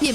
Bien,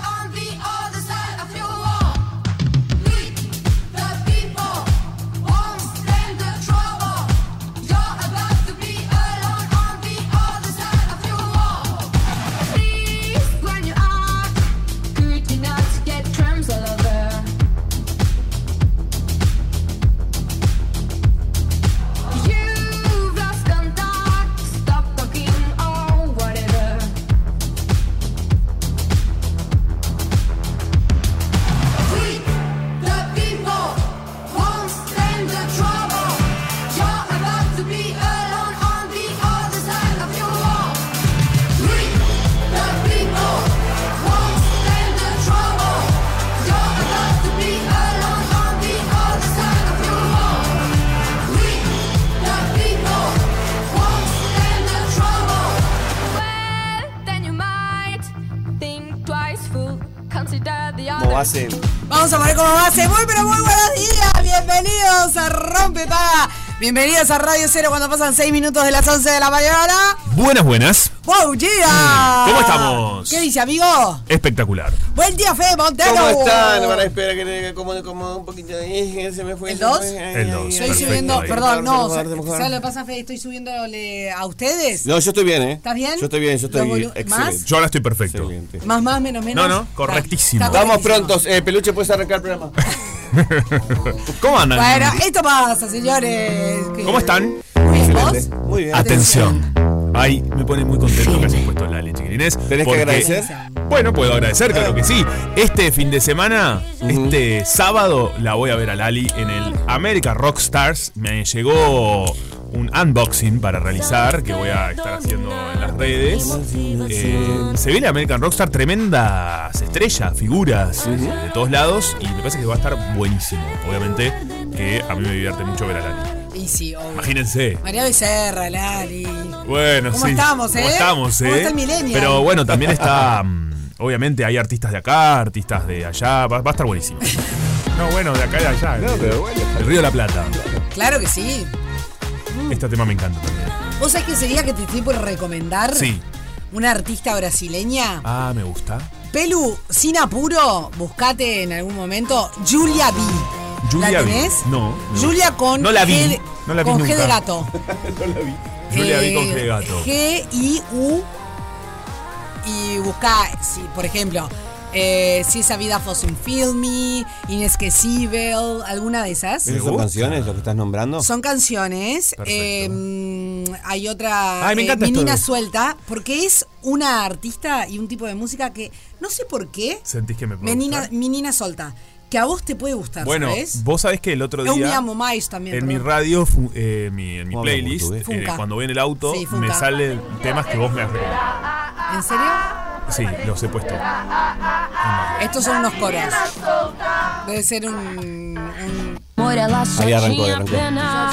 on the other side of your wall. We, the people, won't stand the trouble. You're about to be alone on the other side of your wall. Please, when you are good enough to get crumbs all over. You've lost contact, stop talking or whatever. We, the people, won't stand the trouble. You're about to be alone on the other side of your wall. We, the people, won't stand the trouble. You're about to be alone on the other side of your wall. We, the people, won't stand the trouble. Well, then you might think twice, fool. Consider the ¿Cómo other. va a ser? Vamos a poner como base. Muy, pero muy buenos días. Bienvenidos a Rompe Paga. Bienvenidos a Radio Cero cuando pasan 6 minutos de las 11 de la mañana. Buenas, buenas. ¡Wow, yeah! Mm, ¿Cómo estamos? ¿Qué dice, amigo? Espectacular. Buen día, Fede Montero. ¿Cómo están? Van a esperar que le- como, como un poquito de... eh, Se me fue. ¿El dos? El dos, Estoy Perfecto, subiendo, ahí. perdón, no. o sea, Guarda, guarda. ¿Sabes lo que pasa, Fede? Estoy subiéndole a ustedes. No, yo estoy bien, ¿eh? ¿Estás bien? Yo estoy bien, yo estoy ¿Los bien. volu- Excelente. Yo ahora estoy perfecto. Excelente. Más, más, menos, menos. No, no, Está- correctísimo. está Vamos correctísimo. prontos. Eh, Peluche, ¿puedes arrancar el programa? ¿Cómo andan? Bueno, esto pasa, señores. ¿Qué- ¿Cómo están? ¿Bien, vos? Excelente. Muy bien. Atención. Ay, me pone muy contento que hayas puesto la leche, chiquilines. ¿Tenés que porque- agradecer? Bueno, puedo agradecer, claro que sí. Este fin de semana, este sábado, la voy a ver a Lali en el America Rock Stars. Me llegó un unboxing para realizar que voy a estar haciendo en las redes. Eh, se viene American Rockstar, tremendas estrellas, figuras eh, de todos lados y me parece que va a estar buenísimo. Obviamente que a mí me divierte mucho ver a Lali. Y sí, obvio. Imagínense. María Becerra, Lali. Bueno, ¿Cómo sí. estamos, eh? ¿Cómo estamos, eh? ¿Cómo está el millennial? Pero bueno, también está. mm, Obviamente hay artistas de acá, artistas de allá. Va, va a estar buenísimo. No, bueno, de acá y de allá. eh. No, pero bueno. El Río de la Plata. Claro que sí. Este tema me encanta también. ¿Vos sabés que sería que te estoy por recomendar? Sí. Una artista brasileña. Ah, me gusta. Pelu, sin apuro, buscate en algún momento Julia B. Julia ¿La B. tenés? No, no. Julia con No la vi, G de- no la vi con G nunca. de gato. Julia vi Eh, con G de gato. G-I-U. Y busca, si, por ejemplo, eh, si esa vida fuese un filme, inesquecible, alguna de esas. Me ¿Esas son gusta. canciones lo que estás nombrando? Son canciones. Perfecto. eh, hay otra Ay, me encanta esto Menina de- Suelta, porque es una artista y un tipo de música que no sé por qué. ¿Sentís que me puede Menina, gustar? Menina Suelta, que a vos te puede gustar, Bueno, ¿sabes? vos sabés que el otro Yo día. me amo más también. En mi perdón. radio, fu- eh, mi- en mi ¿Cómo habla playlist, portugués? eh, Funka. cuando voy en el auto, Sí, me Funka. salen temas que vos me has ¿En serio? Sí, los he puesto. Estos son unos coros. Debe ser um, un. un- amor, ela só Aí arrancou, tinha arrancou. pena.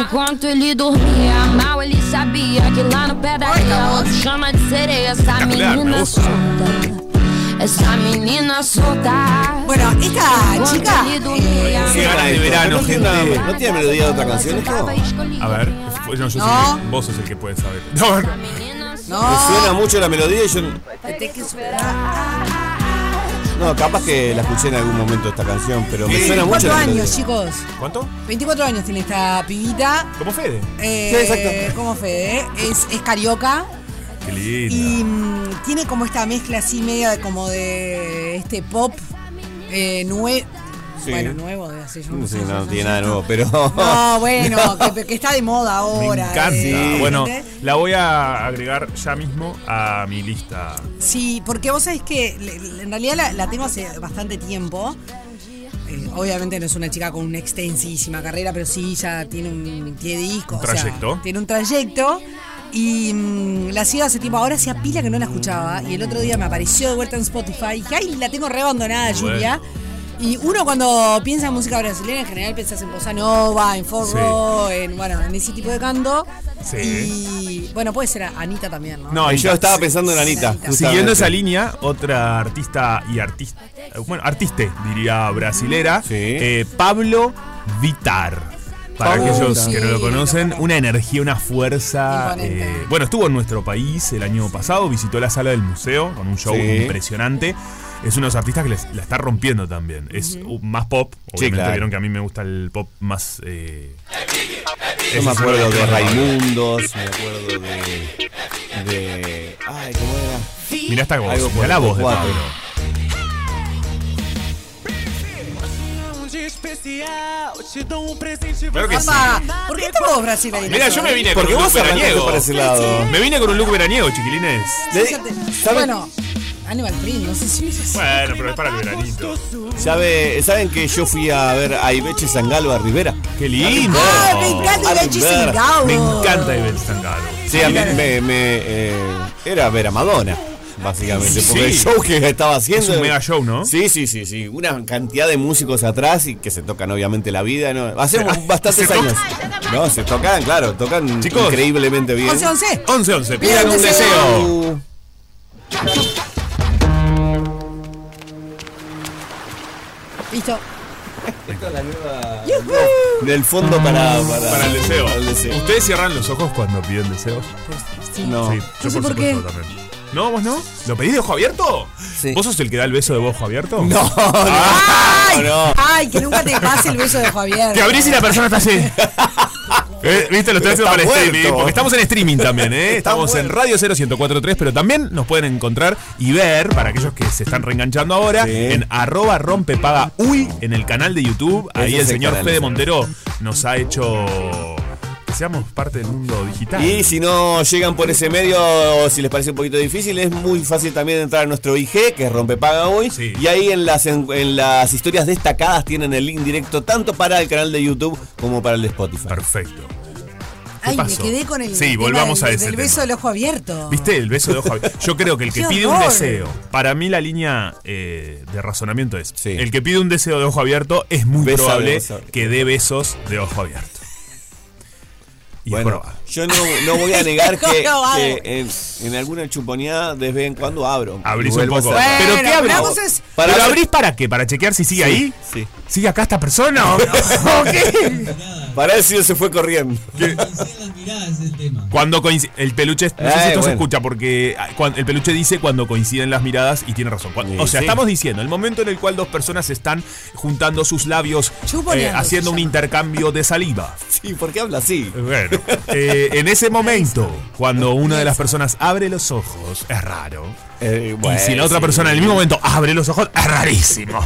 Enquanto ele dormia, mal ele sabia que lá no pé da ilha outro chama de sereia. Essa Espetacular, me menina gusta. solta, essa menina solta. Bueno, esta chica. eh, Qué ganas de verano, ¿No tiene una- gente. ¿No tiene melodía de otra canción esto? Me A ver, fue- no, yo soy No. el- vos sos el que puede saber. No, no. suena no. mucho la melodía y yo... te tenés que superar. No, capaz que la escuché en algún momento esta canción, pero me suena mucho 24 la años, melodía. chicos. ¿Cuánto? 24 años tiene esta pibita. Como Fede. Eh, exacto. como Fede, ¿eh? es, es carioca Qué y lindo. mm, tiene como esta mezcla así media de- como de este pop eh, nue- Sí. Bueno, nuevo, de así yo No, sé, sé, no yo tiene sé. nada nuevo, pero. No, bueno, que, que está de moda Ah. Me ahora. encanta. eh, Bueno, ¿entendés? la voy a agregar ya mismo a mi lista. Sí, porque vos sabés que le- le- en realidad la, la tengo hace bastante tiempo. Eh, obviamente no es una chica con una extensísima carrera, pero sí ya tiene un tiene disco. Un o sea, trayecto. tiene un trayecto. Y mm, la sigo hace tiempo. Ahora se apila que no la escuchaba. Y el otro día me apareció de vuelta en Spotify. Y dije, ay, la tengo reabandonada, Bueno. Julia. Y uno cuando piensa en música brasileña, en general pensás en bossa nova, en forró, en, bueno, en ese tipo de canto. Sí. ¿eh? Y bueno, puede ser Anita también, ¿no? No, Y yo Anita, estaba sí. pensando en Anita. Siguiendo justamente. Siguiendo esa línea, otra artista y artista, bueno, artiste, diría brasilera, Sí. eh, Pablo Vitar. Para Pablo aquellos Vittar. que no lo Sí, conocen, lo conozco. una energía, una fuerza. Imponente. eh, bueno, estuvo en nuestro país el año pasado, visitó la sala del museo con un show Sí. impresionante. Es uno de los artistas que les- la está rompiendo también. Es uh, más pop, obviamente claro. vieron que a mí me gusta el pop más... eh, Yo me ese acuerdo de sonido. Raimundos, me acuerdo de. de. Ay, ¿cómo era? Mirá esta voz, Algo mirá la voz de 44. Pablo. Claro que sí. Papá, ¿por qué estamos brasileños? Ah, Mira, yo me vine Porque con un vos look arrancaste veraniego. para ese lado. Me vine con un look veraniego, chiquilines. Le- ¿saben, Bueno, Animal Print, no sé si Bueno, pero es para el veranito. sabe- ¿Saben que yo fui a ver a Ibeche Sangalo a Rivera? ¡Qué lindo! ¡Ah, me encanta Alberto. el Chizingao! Me encanta Ibel Sangalo. Sí, a mí me. me, eh, era ver a Madonna. Básicamente, Sí. porque el show que estaba haciendo. Es un mega show, ¿no? Sí, sí, sí, sí. Una cantidad de músicos atrás y que se tocan, obviamente, la vida. ¿no? Hace bastantes se años. No, se tocan, claro, tocan Chicos. increíblemente bien. 11, 11. 11-11, Pidan pidan un deseo. Listo. Del fondo para, para, Para el deseo. para el deseo. ¿Ustedes cierran los ojos cuando piden deseos? No. Sí, yo sé por por qué. supuesto también. ¿No, vos no? ¿Lo pedís de ojo abierto? Sí. ¿Vos sos el que da el beso de ojo abierto? Ah, No, no. ¡Ay! no. ¡Ay, que nunca te pase el beso de Javier! Te abrís y la persona está así. Eh, Viste, lo estoy haciendo Está para muerto. streaming. Porque estamos en streaming también, ¿eh? Está Estamos en muerto. Radio 01043, pero también nos pueden encontrar y ver, para aquellos que se están reenganchando ahora, Sí. en arroba rompepaga uy en el canal de YouTube. Ese Ahí el es el señor canal. Fede Montero nos ha hecho que seamos parte del mundo digital. Y si no llegan por ese medio, o si les parece un poquito difícil, es muy fácil también entrar a nuestro IG, que es Rompepaga hoy. Sí. Y ahí en las, en, en las historias destacadas tienen el link directo tanto para el canal de YouTube como para el de Spotify. Perfecto. ¿Qué ¡Ay, me pasó? quedé con el. Sí, tema volvamos del- a ese Del tema. beso del ojo abierto. ¿Viste? El beso de ojo abierto. Yo creo que el que ¡Qué pide un horror! deseo, para mí la línea eh, de razonamiento es, Sí. el que pide un deseo de ojo abierto es muy Besa de probable ojo abierto. que dé besos de ojo abierto. Y es Bueno, probable. yo no, no voy a negar que, ¿Cómo hago? que en, en alguna chuponeada de vez en cuando abro. Abrís un Vuelvo a poco. hacer. Bueno, ¿Pero qué pero abrís? vos es- Para ¿Pero ver- abrís para qué? ¿Para chequear si sigue ahí? Sí. ¿Sigue acá esta persona o, o qué? Para eso se fue corriendo. Cuando coinci- el peluche, no sé si Eh, esto se bueno. escucha, porque ah, cuan- el peluche dice cuando coinciden las miradas y tiene razón. Cuan- Sí, o sea, sí. estamos diciendo, el momento en el cual dos personas están juntando sus labios, Chuponeando, eh, haciendo se un llama. intercambio de saliva. Sí, ¿por qué habla así? Bueno, eh, en ese momento, cuando una de las personas abre los ojos, es raro. Eh, y bueno, si la otra sí. persona en el mismo momento abre los ojos, es rarísimo.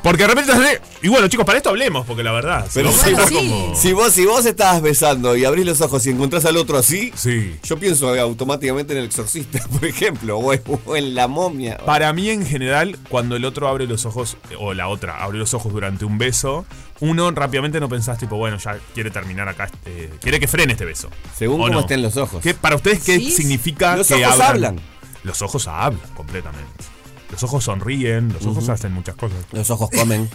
Porque de repente estás de- Y bueno, chicos, para esto hablemos, porque la verdad. si Pero no, sí, está sí. como- Si vos, si vos estás besando y abrís los ojos y encontrás al otro así, Sí. yo pienso automáticamente en el exorcista, por ejemplo, o en, o en la momia. Para mí, en general, cuando el otro abre los ojos, o la otra abre los ojos durante un beso, uno rápidamente no pensás, tipo, bueno, ya quiere terminar acá, eh, quiere que frene este beso. Según ¿O cómo no? estén los ojos. ¿Qué- ¿Para ustedes qué Sí. significa Los que ojos abran? hablan. Los ojos hablan completamente. Los ojos sonríen, los ojos hacen muchas cosas. Los ojos comen.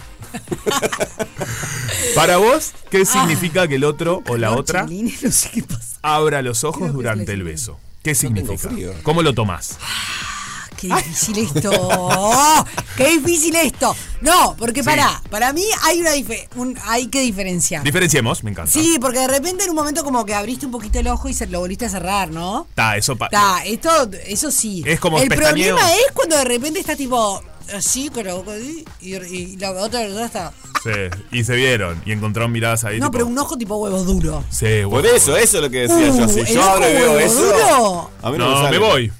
Para vos, ¿qué significa que el otro o la Calor, otra Chelini, Ah. No sé qué pasa. abra los ojos Creo que es durante la el señal. beso? ¿Qué significa? frío. ¿Cómo lo tomás? Qué difícil esto. Oh, qué difícil esto. No, porque para, para mí hay una dife- un- hay que diferenciar. Diferenciemos, me encanta. Ah. Sí, porque de repente en un momento como que abriste un poquito el ojo y se lo volviste a cerrar, ¿no? Ta, eso pa- Está, esto, eso sí. Es como El pestañeo. problema es cuando de repente está tipo así con la boca así, y, y la otra persona está. Sí, Y se vieron y encontraron miradas ahí. No, tipo, pero un ojo tipo huevo duro. Sí, Por bueno, eso, eso es lo que decía Uh, yo. Si ¿el yo ojo abro y veo huevo eso. duro? A mí no, No, sale. me voy.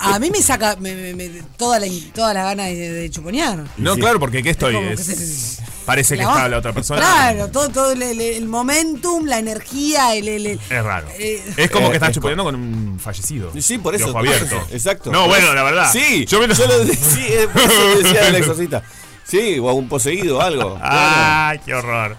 A mí me saca me, me- me- toda, la, toda la gana de, de chuponear. No, claro, porque ¿qué estoy? como que Es- se- parece que La está onda. la otra persona. Claro, todo, todo el, el- el momentum, la energía, el. el- el- Es raro. Eh, es como Eh, que estás es chuponeando con un fallecido. Sí, por De eso. ojo abierto. Exacto. No, bueno, la verdad. Sí, Yo me lo. sí, eh, por eso te decía el exorcista. Sí, o a un poseído, algo. ¡Ah, qué horror!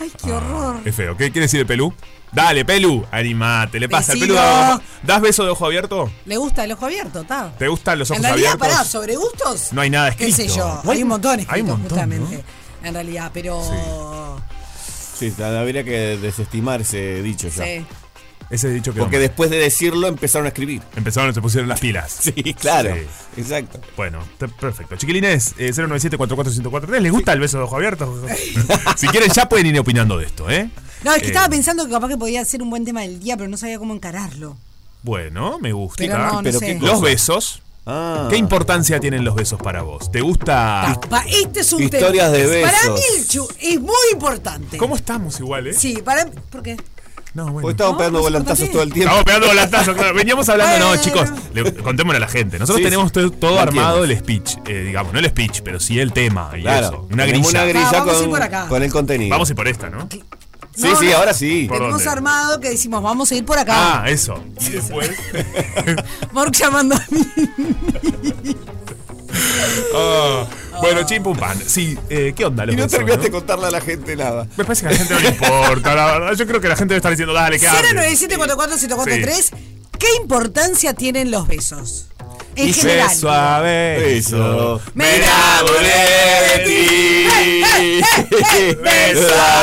Ay, qué horror. Es feo. ¿Qué quiere decir el Pelú? Dale, Pelú, animate, le pasa al Pelú. Decilo. ¿Das beso de ojo abierto? Le gusta el ojo abierto, está. ¿Te gustan los En ojos realidad, abiertos? pará, sobre gustos. No hay nada Qué escrito. sé yo. Hay un montón escritos, Hay un montón, justamente. En realidad, pero. Sí, ta- habría que desestimar ese dicho ya. Sí. Ese dicho que Porque no. después de decirlo empezaron a escribir. empezaron, se pusieron las pilas. Sí, claro. Sí. Exacto. Bueno, te- perfecto. Chiquilines, eh, 097-44143. ¿Les gusta el beso de ojo abierto? si quieren, ya pueden ir opinando de esto, ¿eh? No, es que Eh, estaba pensando que capaz que podía ser un buen tema del día, pero no sabía cómo encararlo. Bueno, me gusta. Pero no, no pero sé. qué Los besos. Ah. ¿Qué importancia tienen los besos para vos? ¿Te gusta? Pa- este es un Historias tema. de Para besos. mí el chu es muy importante. ¿Cómo estamos igual, eh? Sí, para mí. ¿Por qué? No, bueno. Porque estamos No, pegando no se volantazos contagie. todo el tiempo. Estamos pegando volantazos, claro. Veníamos hablando, no, Bueno. chicos. Le, contémosle a la gente. Nosotros Sí, tenemos sí. todo, todo Lo armado el speech, eh, digamos. No el speech, pero sí el tema y eso. Claro. Una Tenemos grilla. Una Ah, grilla vamos a ir con, por acá. con el contenido. Vamos a ir por esta, ¿no? sí, No, sí, no. ahora sí. Por- Tenemos dónde? armado que decimos, vamos a ir por acá. Ah, eso. Y después. Mork llamando a mí. Ah, bueno, chim pum pan. Sí, eh, ¿qué onda? Los Y no besos, terminaste de no? contarle a la gente nada. Me parece que a la gente no le importa, la verdad. Yo creo que la gente debe estar diciendo, dale, ¿qué haces? 097 443 ¿Qué importancia tienen los besos? En general. Beso a beso. Beso. Me enamoré de ti. Beso a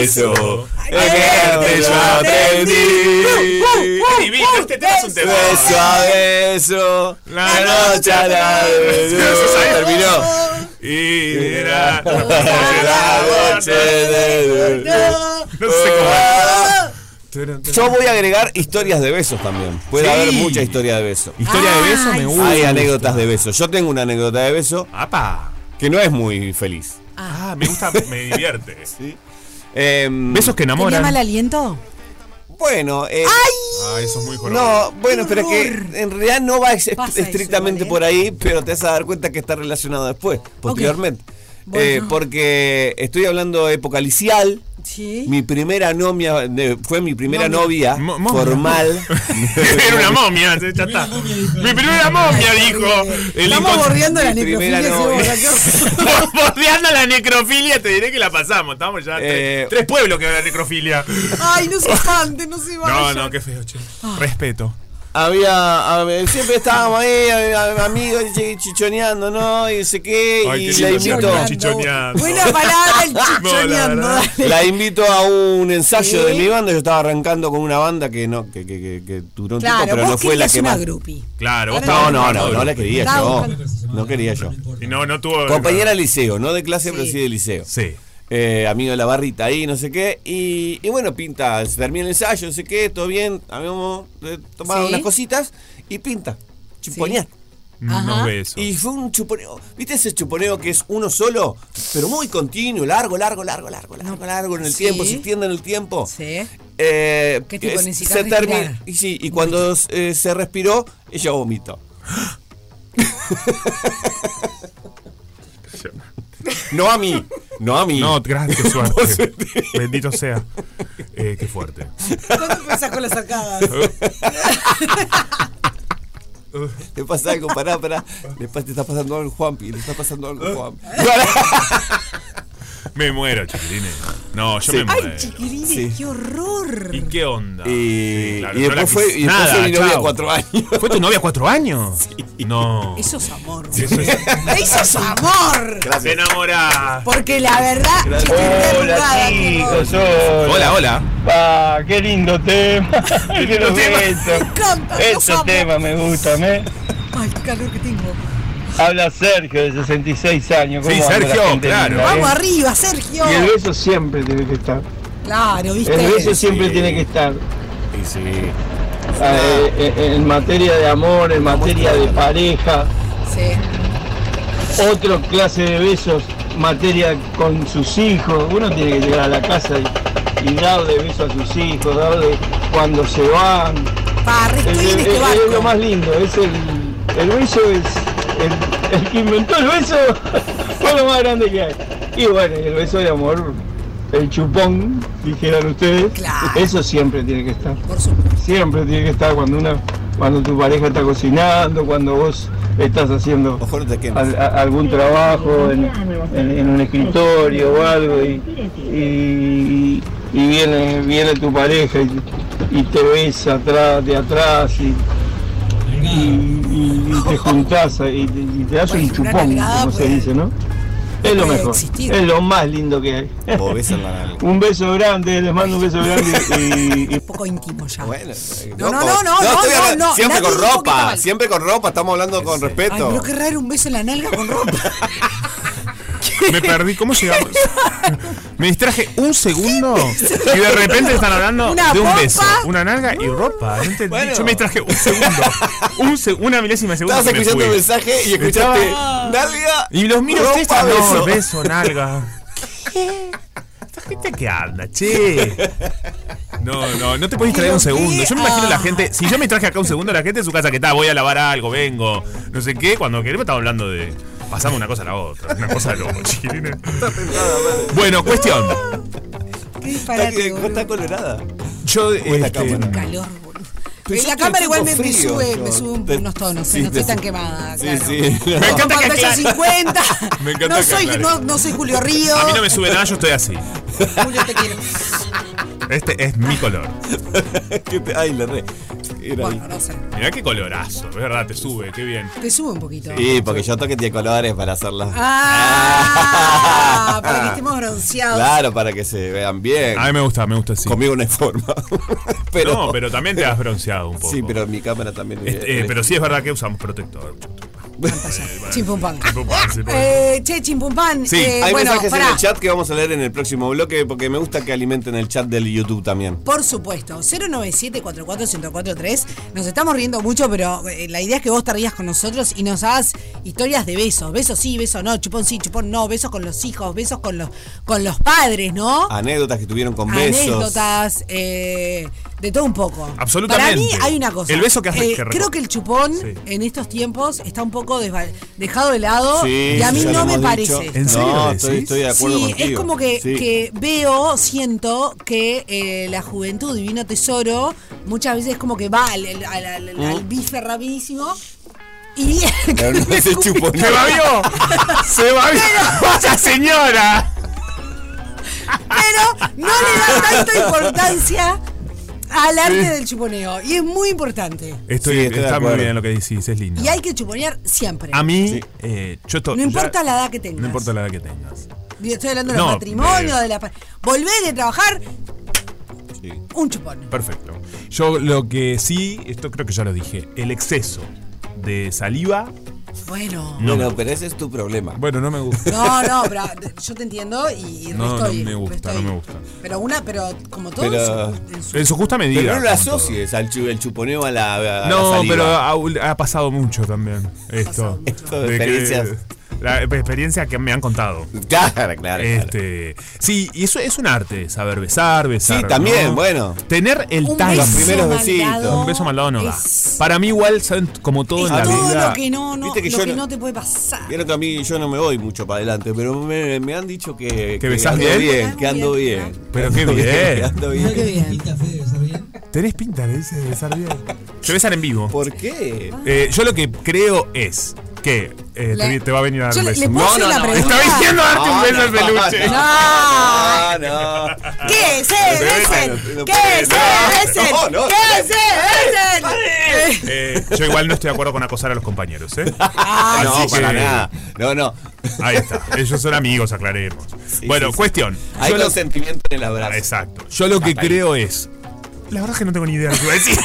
beso. Ay, A quererte yo Eh, aprendí. Es divino, este tema es un tema. Beso a beso. La noche a la vez. Terminó. Y era. La noche Eh, de- No sé cómo. Yo voy a agregar historias de besos también. Puede Sí. haber mucha historia de besos. Historia de beso me gusta. Hay anécdotas de besos. Yo tengo una anécdota de beso Apa. que no es muy feliz. Ah, me gusta, me divierte. Em, Besos que ¿Tenía enamoran. mal aliento? Bueno, eh, Ah, eso es muy no, bueno, qué pero es horror. que en realidad no va ex- Pasa eso estrictamente igual, por ¿eh? ahí, pero te vas a dar cuenta que está relacionado después, posteriormente. Bueno. Eh, porque estoy hablando de época licial. Sí. Mi primera novia de- fue mi primera novia Mo- momia. formal. Era una momia, eh, ya está. Mi primera momia, dijo. El Estamos incons- bordeando la mi necrofilia. primera si vos novia. sacás- Bordeando la necrofilia, te diré que la pasamos. Estamos ya tres, Eh, tres pueblos que hablan necrofilia. Ay, no se espante, no se No, vaya. no, qué feo, che. Ah. Respeto. Había, a ver, siempre estábamos ahí, a- a- amigos, chi- chichoneando, ¿no? Y no sé qué, Ay, y qué la lindo invito, chichoneando. Chichoneando. Buena palabra, el chichoneando. verdad. dale. la invito a un ensayo Sí. de mi banda, yo estaba arrancando con una banda que no, que, que, que, que duró un tiempo, Claro, pero vos no fue la querés que una más. grupi. Claro, vos No, estabas- no, no, no la quería Estaba yo. buscando- No quería yo. Y no, no tuvo. Compañera de liceo, no de clase, pero Sí. sí de liceo. Sí. Eh, amigo de la barrita ahí, no sé qué. Y, y bueno, pinta, se termina el ensayo, no sé qué, todo bien. Habíamos eh, tomado Sí. unas cositas y pinta. Chuponear. Unos Ajá. besos. Y fue un chuponeo. ¿Viste ese chuponeo que es uno solo? Pero muy continuo, largo, largo, largo, largo, largo, largo en el Sí. tiempo, se extiende en el tiempo. Sí. Eh, ¿Qué tipo? es- Necesitas se termi- respirar. y sí, y cuando eh, se respiró, ella vomitó. No a mí, no a mí. No, gracias, qué suerte. Bendito sea. Eh, qué fuerte. ¿Cuándo empezás con las arcadas? Le pasa algo, pará, pará. Le pa- te está pasando algo, Juanpi. Le está pasando Eh. algo, Juanpi. Me muero, chiquilines. No, yo Sí. me muero. Ay, chiquilines, Sí. qué horror. ¿Y qué onda? Y- Sí, y yo después la fue- quise- y después fue mi novia chao. cuatro años. ¿Fue tu novia cuatro años? No. Eso es amor. Eso es- Eso es amor. Te enamorás. Porque la verdad, chicos, qué arrugada, qué horror. Hola, hola. Ah, qué lindo tema. qué lindo tema. Me beso. encanta. los Ese amo. tema me gusta, ¿me? Ay, qué calor que tengo. Habla Sergio de 66 años. ¿Cómo Sí, anda la Sergio, gente claro. linda, eh? Vamos arriba, Sergio. Y el beso siempre tiene que estar. Claro, viste. El beso siempre tiene que estar. Y sí. Ah, eh, eh, en materia de amor, en materia de pareja, Sí. otro clase de besos, materia con sus hijos. Uno tiene que llegar a la casa y, y darle besos a sus hijos, darle cuando se van. Para Es, reescribir es- este es- es lo barco. más lindo, es el, el beso, es el, el que inventó el beso, fue lo más grande que hay. Y bueno, el beso de amor, el chupón, dijeran ustedes, Claro. eso siempre tiene que estar. Por supuesto. Siempre tiene que estar cuando una, cuando tu pareja está cocinando, cuando vos estás haciendo Ojo, no te quemes. al- a- algún trabajo en, en- en un escritorio o algo y, y- y viene viene tu pareja y, y te ves atrás de atrás y, y- y- y te juntás y te, y te das un Bueno, una pues. chupón nalgada como se puede- dice no es lo puede mejor existir. es lo más lindo que hay O besan la nalga. un beso grande les mando un beso grande y- y Un poco íntimo ya. Bueno, No, no, loco. no, no, estoy no, hablando- no, Siempre nadie con dijo que ropa, estaba- siempre con ropa, estamos hablando con Ay, respeto. pero qué raro un beso en la nalga con ropa. Me perdí, ¿cómo llegamos? Me distraje un segundo y de repente están hablando Una de un bomba. Uh. beso, una nalga y ropa. No entendí. Bueno. Yo me distraje un segundo, un seg- una milésima de segundo. Estabas que Pues, escuchando me fui. un mensaje y escuchaste Ah. nalga. Y los miro a ropa, ustedes, no, beso. beso. nalga. ¿Qué? ¿Esta gente que anda, che? No, no, no te puedes distraer un Pero segundo. qué- Yo me imagino ah. la gente, si yo me traje acá un segundo, la gente de su casa que está, voy a lavar algo, vengo, no sé qué, cuando queremos estamos hablando de pasamos una cosa a la otra, una cosa loco, chiquilines. Bueno, cuestión. Qué Está, disparate, boludo. está colorada. Yo la este, cámara. calor, boludo. Pero Y yo estoy la cámara un igual me, poco me frío, sube, yo. me sube Te- unos tonos, eh, sí, no te- estoy tan quemada. Sí, claro. sí. Me encanta que Cuando es el aclare. 50. Me encanta no que soy, aclare. no, no soy Julio Río. a mí no me sube nada, yo estoy así. Julio te quiero. Este es mi color. Que te- Ay, la re. Era ahí. Bueno, no sé. Mirá qué colorazo, es verdad, te sube, qué bien. Te sube un poquito. Sí, porque yo toqué de colores para hacerlas. Ah, para que estemos bronceados. Claro, para que se vean bien. A mí me gusta, me gusta así. Conmigo no hay forma. pero, No, pero también te has bronceado un poco. Sí, pero mi cámara también. Este, eh, pero sí es verdad que usamos protector. Chimpumpan. Chimpumpan, sí, por- Eh, che, chimpumpán. Sí, eh, Hay bueno, mensajes en pará. el chat que vamos a leer en el próximo bloque porque me gusta que alimenten el chat del YouTube también. Por supuesto, 097-44-1043. Nos estamos riendo mucho, pero eh, la idea es que vos te rías con nosotros y nos hagas historias de besos. Besos sí, besos no, chupón sí, chupón no, besos con los hijos, besos con los, con los padres, ¿no? Anécdotas que tuvieron Ah, con besos. Anécdotas, eh, de todo un poco. Absolutamente. Para mí hay una cosa. Eh, El beso que hace- que reco- Creo que el chupón Sí. en estos tiempos está un poco desval- dejado de lado Sí, y a mí ya lo no me hemos dicho. parece. ¿En serio No, estoy, decís? estoy de acuerdo sí, contigo. es como que, Sí. que veo, siento que eh, la juventud divino tesoro muchas veces como que va al, al, al- al- al bife rapidísimo y... Pero no se chupó ¡Se nada. babió! ¡Se babió! ¡Vaya señora! pero no le da tanta importancia al arte del chuponeo y es muy importante. Estoy, Sí, estoy de está muy acuerdo. bien lo que decís, es lindo. Y hay que chuponear siempre. A mí, Sí. eh, yo esto- No importa ya- la edad que tengas. No importa la edad que tengas. Y Estoy hablando del No, matrimonio, eh. de la... pa- Volvés de trabajar, Sí. un chupón. Perfecto. Yo lo que sí, esto creo que ya lo dije, el exceso de saliva, Bueno. No. Bueno, pero ese es tu problema. bueno, no me gusta. No, no, pero yo te entiendo y, y No, no estoy- me gusta, estoy- no me gusta. Pero una, pero como todo Pero- en su- en su- En su justa medida. pero no lo como todo. asocies al chu- el chuponeo a la. a la No, saliva. pero ha, ha pasado mucho también pasado esto. mucho. Esto de que- experiencias. la experiencia que me han contado. Claro, claro. claro. Este, sí, y eso es un arte, saber besar, besar. Sí, también, ¿no? bueno. Tener el un tacto. Los primeros mal besitos. dado Un beso mal dado no da. es- Para mí igual, saben, como todo en es la todo vida. lo que no, no, Viste que lo yo que no- no te puede pasar. Vieron que a mí yo no me voy mucho para adelante, pero me, me han dicho que. besás ando bien? que ando bien. Pero qué Que bien. ando Mira qué bien. bien. Tenés pinta de ese de besar bien. Se besan en vivo. ¿Por qué? Eh, yo lo que creo es que eh, La- te, te va a venir a dar Yo un le, beso. le puedo No, hacer no, la no, pregunta. Está diciendo darte un beso al peluche. No, no. ¿Qué es Lo ese? besen, lo ¿Qué es besen. ese? No, no, ¿Qué es ese? Eh, Eh, yo igual no estoy de acuerdo con acosar a los compañeros, ¿eh? Ah, no, Así para que- nada. No, no. Ahí está. Ellos son amigos, aclaremos. bueno, sí, sí. cuestión. Hay Yo lo- Ah, consentimiento en el abrazo. Exacto. Yo lo que Hasta ahí. creo es. La verdad es que no tengo ni idea de lo que iba a decir.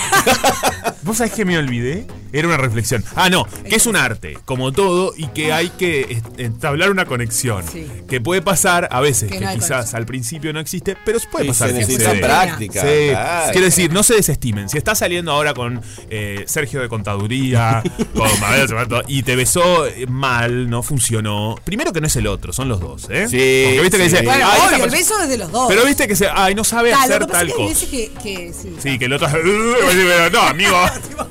¿Vos sabés que me olvidé? Era una reflexión. Ah, no, que es un arte, como todo, y que hay que est- entablar una conexión. Sí. Que puede pasar a veces, Que que, no hay quizás conexión. al principio no existe, pero puede Y pasar. se que necesita sucede. práctica. Sí. claro. Quiero decir, no se desestimen. Si estás saliendo ahora con eh, Sergio de Contaduría, con Mabel Cerrato, y te besó eh, mal, no funcionó. Primero que no es el otro, son los dos, ¿eh? Sí, Porque viste sí. que dice. Bueno, "Ay, esta obvio, el Ah, persona- beso desde los dos. Pero viste que se. Ay, no sabe Claro, hacer lo que pasa tal es que hay cosa. veces que, que sí. Sí, que el otro. Pero no, amigo.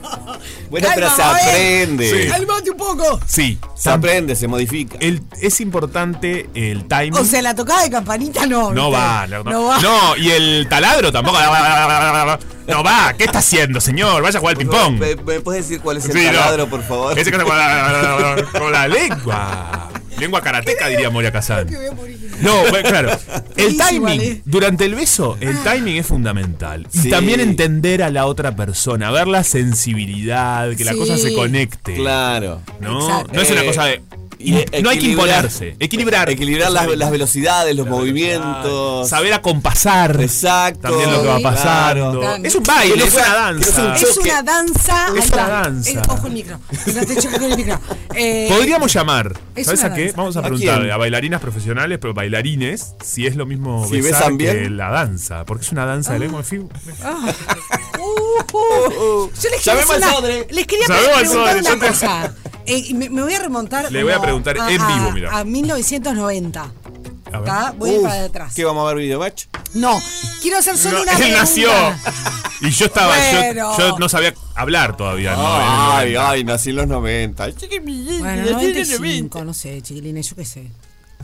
Bueno, pero Calma, se Abel. aprende. ¿eh? Sí. ¡Cálmate un poco! Sí, Se aprende, se modifica. el- es importante el timing. O sea, la tocada de campanita no. Mm. no ¿viste? va, no, No va. No, y el taladro tampoco. No va, ¿qué está haciendo, señor? Vaya a jugar al ping-pong. ¿Me, me puedes decir cuál es el Sí, no. taladro, por favor? Ese que hace con la, con la lengua. Lengua karateca, diría Moria Kazan. Me voy a morir. No, bueno, claro. El Buenísimo, Ale. Ah. timing. Durante el beso, el timing es fundamental. Y Sí. también entender a la otra persona, ver la sensibilidad, que la Sí. cosa se conecte. Claro. ¿no? Exacto. No es una Eh, cosa de. y in- no hay que equilibrar- imponerse. Equilibrar. Equilibrar las, las velocidades, los Claro. movimientos. Saber acompasar. Exacto. También lo que va Sí, pasando. claro. Es un baile, Que no es una fuera- que no danza. sea Es una danza. Es ahí una va. danza. Eh, ojo el micro. Que No te choques con el micro. Eh, Podríamos llamar, es ¿sabes una a qué? danza. Vamos a ¿A preguntarle quién? a, bailarinas profesionales, pero bailarines, si es lo mismo Si besar besan que bien. la danza, porque es una danza Ah. de lengua. en fin. Uh, yo les quería, Llamemos hacer al una- Sodre. les quería Llamemos al preguntar Sodre, yo una te- cosa. Eh, y me, me voy a remontar. Le voy a como preguntar en vivo, mira. A 1990. A ver. ¿Está? Voy a ir Uf, para atrás. ¿Qué vamos a ver, videomatch? No, quiero hacer solo No, una él pregunta. nació. Y yo estaba, yo- Bueno. yo, no sabía hablar todavía. ¿no? Eh, Ay, ay, nací en los 90. Bueno, 95, no sé, chiquilines, yo qué sé.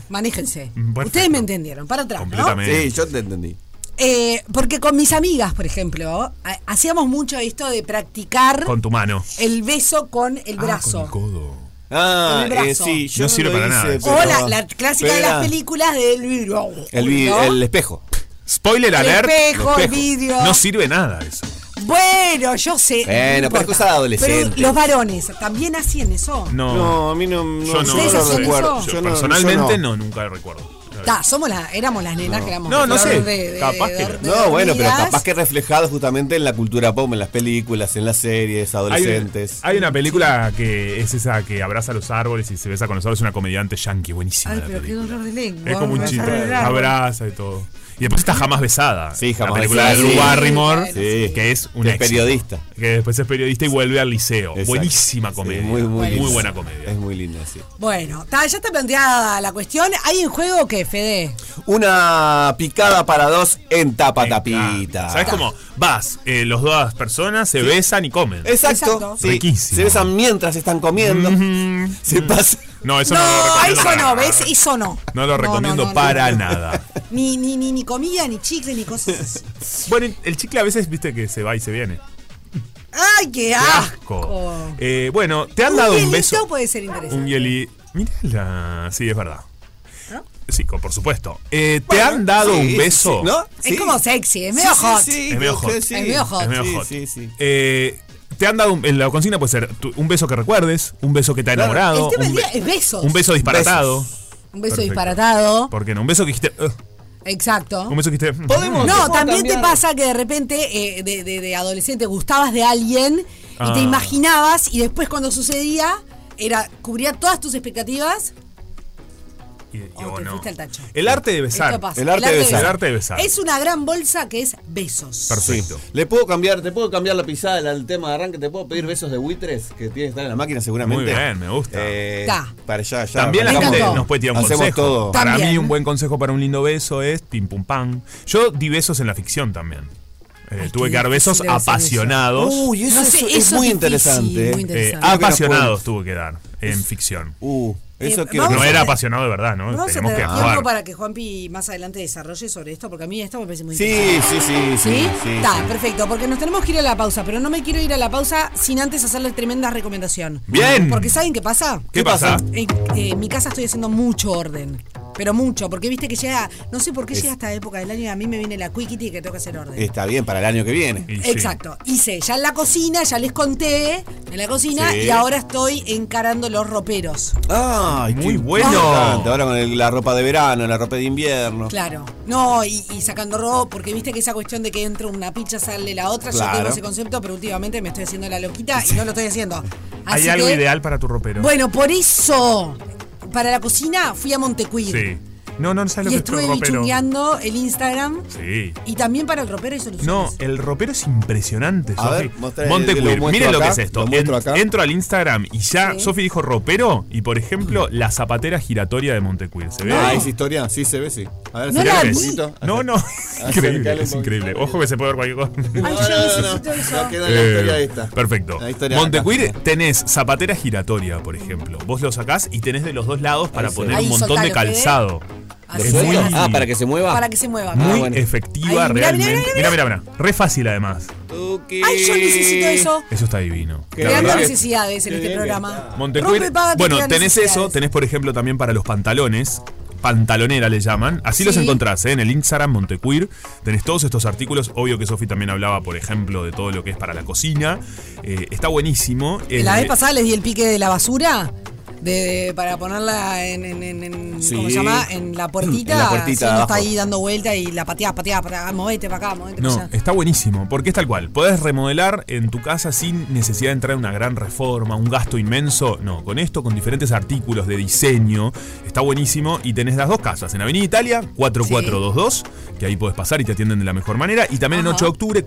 Manéjense. Mm, Perfecto. Ustedes me entendieron, para atrás, ¿no? Completamente. Sí, yo te entendí. Eh, porque con mis amigas, por ejemplo, ha- hacíamos mucho esto de practicar Con tu mano. el beso con el brazo. Ah, con el codo. Ah, Con el eh, brazo. sí, yo No sirve lo para hice, nada. pero- o la, la clásica pero de era las películas del vidrio. El, vi- ¿no? el espejo. Spoiler El alert. espejo, el espejo. vidrio. No sirve nada eso. Bueno, yo sé. Bueno, no importa. pero es cosa de adolescentes. Pero los varones también hacían eso. No. No, a mí no, yo no, ¿Ustedes lo hacen recuerdo. eso? Eh, Yo Yo no- personalmente yo no. nunca recuerdo. Ta, somos la, éramos las nenas que éramos. No, no flor sé. de- de- Capaz de- que- de- No, bueno, pero hormigas. capaz que reflejado justamente en la cultura pop, en las películas, en las series, Hay, adolescentes. hay una película que es esa que abraza los árboles y se besa con los árboles. Es una comediante yankee, buenísima. Ay, la pero qué película. dolor de lengua. Es como un me chiste. sale el árbol. Abraza y todo. Y después está Jamás Besada. Sí, Jamás La película Besada, de Drew sí. Barrymore. Sí. Que es un Que es éxito. periodista. Que después es periodista y vuelve al liceo. Exacto. Buenísima Sí, comedia. muy, muy linda. buena comedia. Es muy linda, sí. Bueno, ta, ya está planteada la cuestión. ¿Hay en juego qué, Fede? Una picada para dos en tapa tapita. ¿Sabes cómo? Vas, eh, los dos personas se besan y comen. Exacto. Exacto. sí. Riquísimo. Se besan mientras están comiendo. Mm. Se pasa. No, eso no, no, lo recomiendo. eso para no, nada. ¿ves? Eso no. No lo recomiendo no, no, para no. nada. Ni, ni, ni, ni comida, ni chicle, ni cosas así. Bueno, el chicle a veces viste que se va y se viene. ¡Ay, qué ¡Qué asco! asco! Eh, bueno, te han Un dado un hielito beso. puede ser interesante. Un hieli. Mírala. Sí, es verdad. Sí, co- por supuesto. Eh, te han dado Sí, un beso. sí, ¿No? Es como sexy, es medio hot. Es medio hot. Es medio hot. Es medio Sí, hot. sí, sí. Eh, te han dado un- en la consigna puede ser tu- un beso que te recuerdes, un beso que te ha Claro. enamorado, El tema un, del día be- es besos. un beso disparatado. Un beso Perfecto. disparatado. ¿Por qué no? Un beso que dijiste, "Ugh", Exacto. un beso que dijiste, "Hm, Podemos- No, ¿Puedo también te cambiar? pasa que de repente, eh, de, de- de adolescente, gustabas de alguien y Ah. te imaginabas, y después cuando sucedía, era cubría todas tus expectativas. Y- y Oh, vos te no. fuiste al tacho. El arte de besar. Esto pasa. El arte de besar. El arte de besar. Es una gran bolsa que es besos. Perfecto. Le puedo cambiar, te puedo cambiar la pisada al- al tema de arranque, te puedo pedir besos de buitres que tiene que estar en la máquina seguramente. Mm. Muy bien, me gusta. Eh, Ta. para allá, allá. También la Me gente encantó. nos puede tirar un Hacemos consejo. todo. Para También. mí un buen consejo para un lindo beso es pim pum pam. Yo di besos en la ficción también. Eh, tuve que dar besos difícil debe ser apasionados. Uy, eso, No sé, es- es, eso muy es difícil, interesante. muy eh. Eh, interesante. apasionados tuve que dar en ficción. Uh, eso Eh, quiero vamos No que- a- era apasionado de verdad, ¿no? Vamos a Tenemos que tener tiempo actuar. para que Juanpi más adelante desarrolle sobre esto, porque a mí esto me parece muy Sí, sí, interesante. sí, sí. ¿Sí? sí, Está, sí. perfecto, porque nos tenemos que ir a la pausa, pero no me quiero ir a la pausa sin antes hacerles tremenda recomendación. Bien. Porque ¿saben qué pasa? ¿Qué pasa? En, eh, en mi casa estoy haciendo mucho orden, pero mucho, porque viste que llega, no sé por qué llega esta época del año y a mí me viene la quickie que tengo que hacer orden. Está bien para el año que viene. Y sí. Exacto, hice ya en la cocina, ya les conté en la cocina Sí. y ahora estoy encarando los roperos. Ay, Muy qué bueno. importante. Ahora con el- la ropa de verano, la ropa de Oh. invierno. Claro, no, y, y sacando robo, porque viste que esa cuestión de que entra una pizza, sale la otra, yo Claro. tengo ese concepto, pero últimamente me estoy haciendo la loquita y no lo estoy haciendo. Hay Así algo que, ideal para tu ropero. Bueno, por eso, para la cocina fui a Montecuir Sí. No, no, no sabes lo que y es estuve el ropero. bichungueando el Instagram Sí. y también para el ropero y soluciones. No, el ropero es impresionante, A ver, Sofi. mostrá, Monte eh, lo Queer. muestro Miren lo que acá, es esto. lo muestro En- acá. entro al Instagram y ya Sofi dijo ropero y, por ejemplo, la zapatera giratoria de Montecuir. ¿Se ve? Ah, ahí? es historia, sí se ve, sí. A ver, No acercale la un vi. poquito. Ah, No, no. Acercale Increíble, un es poquito. increíble. Ojo que se puede ver cualquier cosa. No, Ay, no, yo no, necesito no, eso. no quedó en la historia Eh, esta. Perfecto. La historia Montecuir acá. tenés zapatera giratoria, por ejemplo. Vos lo sacás y tenés de los dos lados para Ahí poner sí. un Ahí montón de soltalo, Fede. calzado. Así Es es. muy, Ah, para que se mueva. Para que se mueva. muy Ah, bueno. efectiva Ahí, mirá, mirá, realmente. Mira, mirá, mira, mira. Re fácil además. Tuki. Ay, yo necesito eso. Eso está divino. Qué La Creando verdad que- necesidades en qué este bien que programa. Montecuir. Rompe, paga, te Bueno, crean tenés eso, necesidades. tenés por ejemplo también para los pantalones. Pantalonera le llaman. Así los Sí. encontrás, ¿eh? en el Instagram Montecuir. Tenés todos estos artículos. Obvio que Sofi también hablaba, por ejemplo, de todo lo que es para la cocina. Eh, está buenísimo. La Eh, vez pasada les di el pique de la basura. De, para ponerla en, en, en- en- Sí. ¿cómo se llama? En la puertita. En la puertita si uno abajo. está ahí dando vuelta y la pateás, pateás, pateás, movete para acá, movete para No, allá. está buenísimo, porque es tal cual. Podés remodelar en tu casa sin necesidad de entrar en una gran reforma, un gasto inmenso. No, con esto, con diferentes artículos de diseño, está buenísimo. Y tenés las dos casas, en Avenida Italia, 4422, que ahí podés pasar y te atienden de la mejor manera. Y también en Ajá. 8 de octubre,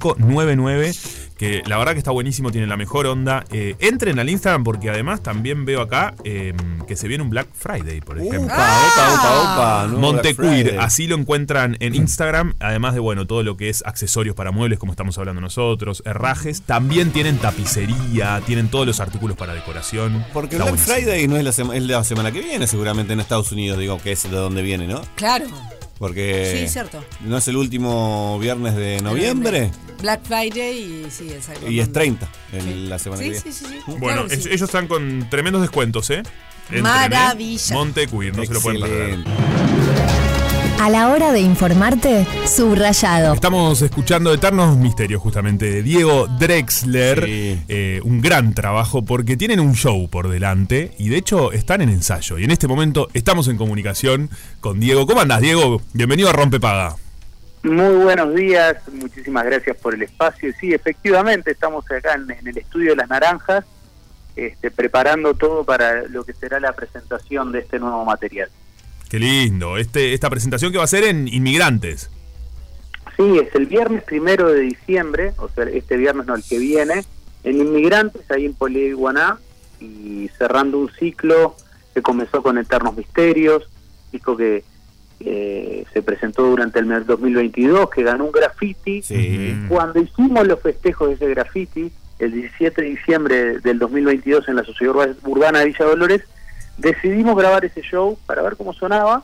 4599, que la verdad que está buenísimo, tiene la mejor onda. Eh, entren al Instagram, porque además también veo acá eh, que se viene un Black Friday, por Upa, ejemplo. opa, opa, opa. nuevo Black Montecuir, Friday. así lo encuentran Mm. en Instagram, además de bueno, todo lo que es accesorios para muebles, como estamos hablando nosotros, herrajes, también tienen tapicería, tienen todos los artículos para decoración. Porque Está Black buenísimo. Friday no es la, sema- es la semana que viene, seguramente en Estados Unidos, digo, que es de donde viene, ¿no? Claro. Porque. Sí, cierto. ¿No es el último viernes de noviembre? Black Friday y sí, exacto. Y es 30 el- la semana que Sí, viene. sí, sí, sí. Bueno, claro que es- sí. ellos están con tremendos descuentos, ¿eh? Entren, ¿eh? Maravilla. Montecuir, no se lo pueden perder. Excelente. A la hora de informarte, subrayado. Estamos escuchando Eternos Misterios, justamente, de Diego Drexler. Sí. Eh, un gran trabajo porque tienen un show por delante y de hecho están en ensayo. Y en este momento estamos en comunicación con Diego. ¿Cómo andas, Diego? Bienvenido a Rompepaga. Muy buenos días, muchísimas gracias por el espacio. Sí, efectivamente, estamos acá en, en el estudio de Las Naranjas, este, preparando todo para lo que será la presentación de este nuevo material. Qué lindo. Este, esta presentación que va a ser en Inmigrantes. Sí, es el viernes primero de diciembre, o sea, este viernes no, el que viene, en Inmigrantes, ahí en Poliguaná, y cerrando un ciclo que comenzó con Eternos Misterios, disco que eh, se presentó durante el 2022, que ganó un graffiti. Sí. Mm. Cuando hicimos los festejos de ese graffiti, el 17 de diciembre del 2022 en la Sociedad Urba- Urbana de Villa Dolores, decidimos grabar ese show para ver cómo sonaba.